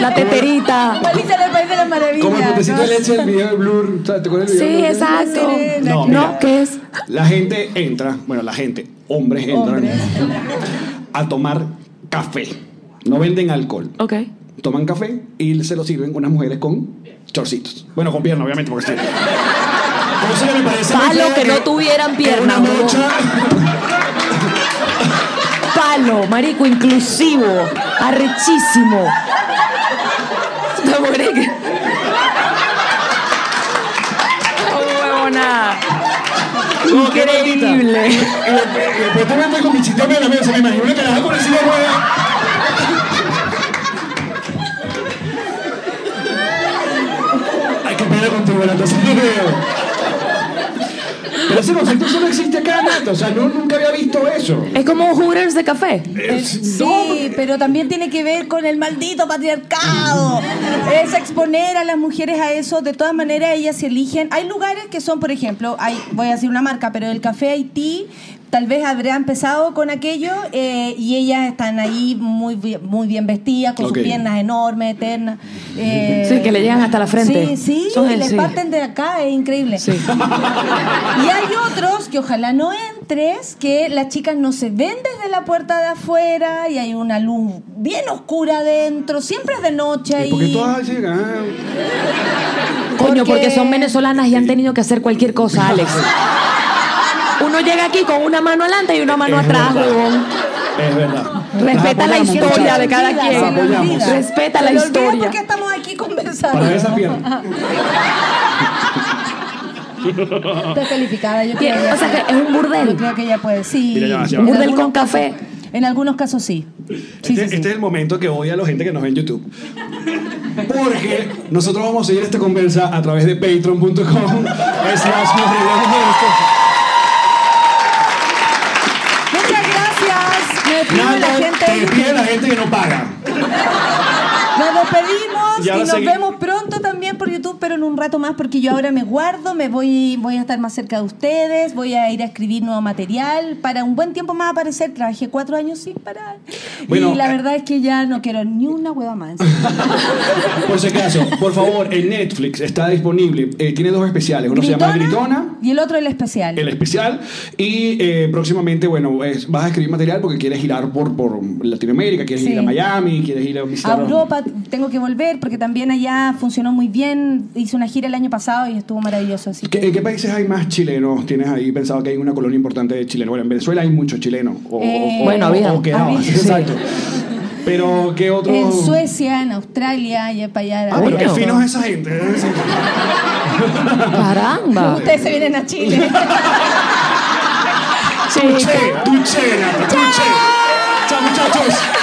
G: La teterita.
H: Como Alicia en el País de las Maravillas.
E: Como el potecito
H: ¿no?
E: de leche del video de Blur. ¿sabes? ¿Te acuerdas del video
G: Sí,
E: de Blur?
G: exacto.
E: No, mira.
G: No, ¿qué es?
E: La gente entra, bueno, la gente, hombres entran
H: Hombres.
E: a tomar café. No venden alcohol.
G: Ok.
E: Toman café y se lo sirven unas mujeres con chorcitos. Bueno, con pierna, obviamente, porque sí. Cosa que me parece muy
G: Palo
E: fea
G: que no tuvieran pierna,
E: que Una
G: huevón.
E: mocha.
G: Palo, marico, inclusivo. Arrechísimo. No, marico. Oh, huevona. Oh,
E: No, qué maldita.
G: Increíble.
E: Y después- y después te metes con mi chistón en la mesa. Me imagino una caraja con el silla de ruedas. Hay que pelear contigo, ¿verdad? Entonces no veo. Pero ese concepto solo existe acá, Nato. O sea, no, nunca había visto eso.
G: Es como un Hooters de café.
E: Es-
H: Sí, pero también tiene que ver con el maldito patriarcado. Es exponer a las mujeres a eso. De todas maneras, ellas se eligen. Hay lugares que son, por ejemplo, hay, voy a decir una marca, pero el Café Haití tal vez habrá empezado con aquello eh, y ellas están ahí muy, bi- muy bien vestidas, con
E: Ok.
H: sus piernas enormes, eternas. eh,
G: Sí, que le llegan hasta la frente.
H: Sí, sí,
G: Son-
H: y les
G: sí.
H: parten de acá, es increíble.
G: Sí.
H: Y hay otros que ojalá no entres, que las chicas no se ven desde la puerta de afuera y hay una luz bien oscura adentro, siempre es de noche ahí.
E: Porque todas así, ah,
G: Coño, porque
H: Porque-
G: son venezolanas y han tenido que hacer cualquier cosa, Alex. Uno llega aquí con una mano adelante y una mano
E: Es
G: atrás,
E: verdad. Ah,
G: huevón.
E: Es verdad.
G: Respeta la
E: Las apoyamos,
H: Se
G: historia
E: muchachas.
G: de cada
H: le olvida,
G: quien.
H: se le
E: Apoyamos.
H: olvida.
G: Respeta
H: Se
G: la
H: le olvida
G: historia.
H: porque estamos aquí conversando.
E: Para ver esa pierna.
H: Estoy calificada, yo
G: Y-
H: creo.
G: o sea que es un
H: Yo
G: burdel.
H: creo que ella puede, sí.
E: Mira, ya va, ya va.
G: Un
H: En
G: burdel
H: algunos
G: con
H: casos-
G: café.
H: En algunos casos sí. Sí,
E: Este,
H: sí, sí.
E: este es el momento que odia a la gente que nos ve en YouTube. Porque nosotros vamos a seguir esta conversa a través de patreon.com. slash nos reiremos de
H: Muchas gracias. Me
E: esto.
H: deprime la
E: Nada, te
H: gente.
E: pide la gente que no paga.
H: Nos despedimos
E: Y
H: y,
E: ahora
H: nos
E: segui-
H: vemos pronto también por YouTube, pero en un rato más, porque yo ahora me guardo, me voy, voy a estar más cerca de ustedes, voy a ir a escribir nuevo material. Para un buen tiempo más aparecer, trabajé cuatro años sin parar.
E: Bueno,
H: y la
E: eh.
H: verdad es que ya no quiero ni una hueva más.
E: Por si acaso, por favor, en Netflix está disponible. eh, tiene dos especiales. Uno se llama Gritona.
H: Y el otro el especial.
E: El especial. Y eh, próximamente, bueno, es- vas a escribir material porque quieres girar por, por Latinoamérica, quieres
H: Sí.
E: ir a Miami, quieres ir a
H: A
E: visitar
H: Europa tengo que volver porque también allá funcionó muy bien. Hice una gira el año pasado y estuvo maravilloso. Así
E: ¿Qué-
H: que,
E: ¿En qué países hay más chilenos? ¿Tienes ahí pensado que hay una colonia importante de chilenos? Bueno, en Venezuela hay muchos chilenos. O, o-
H: Eh,
E: o-
G: Bueno, había.
E: o quedaban,
H: Había.
E: Exacto. Pero, ¿qué otro?
H: en Suecia, en Australia, y para allá.
E: Ah, pero qué
G: Bueno.
E: fino es esa gente. ¿eh? Sí.
G: Caramba.
H: Ustedes se vienen a Chile.
G: Chica.
E: Tuche, tuche, Nata, tuche. Chao, muchachos.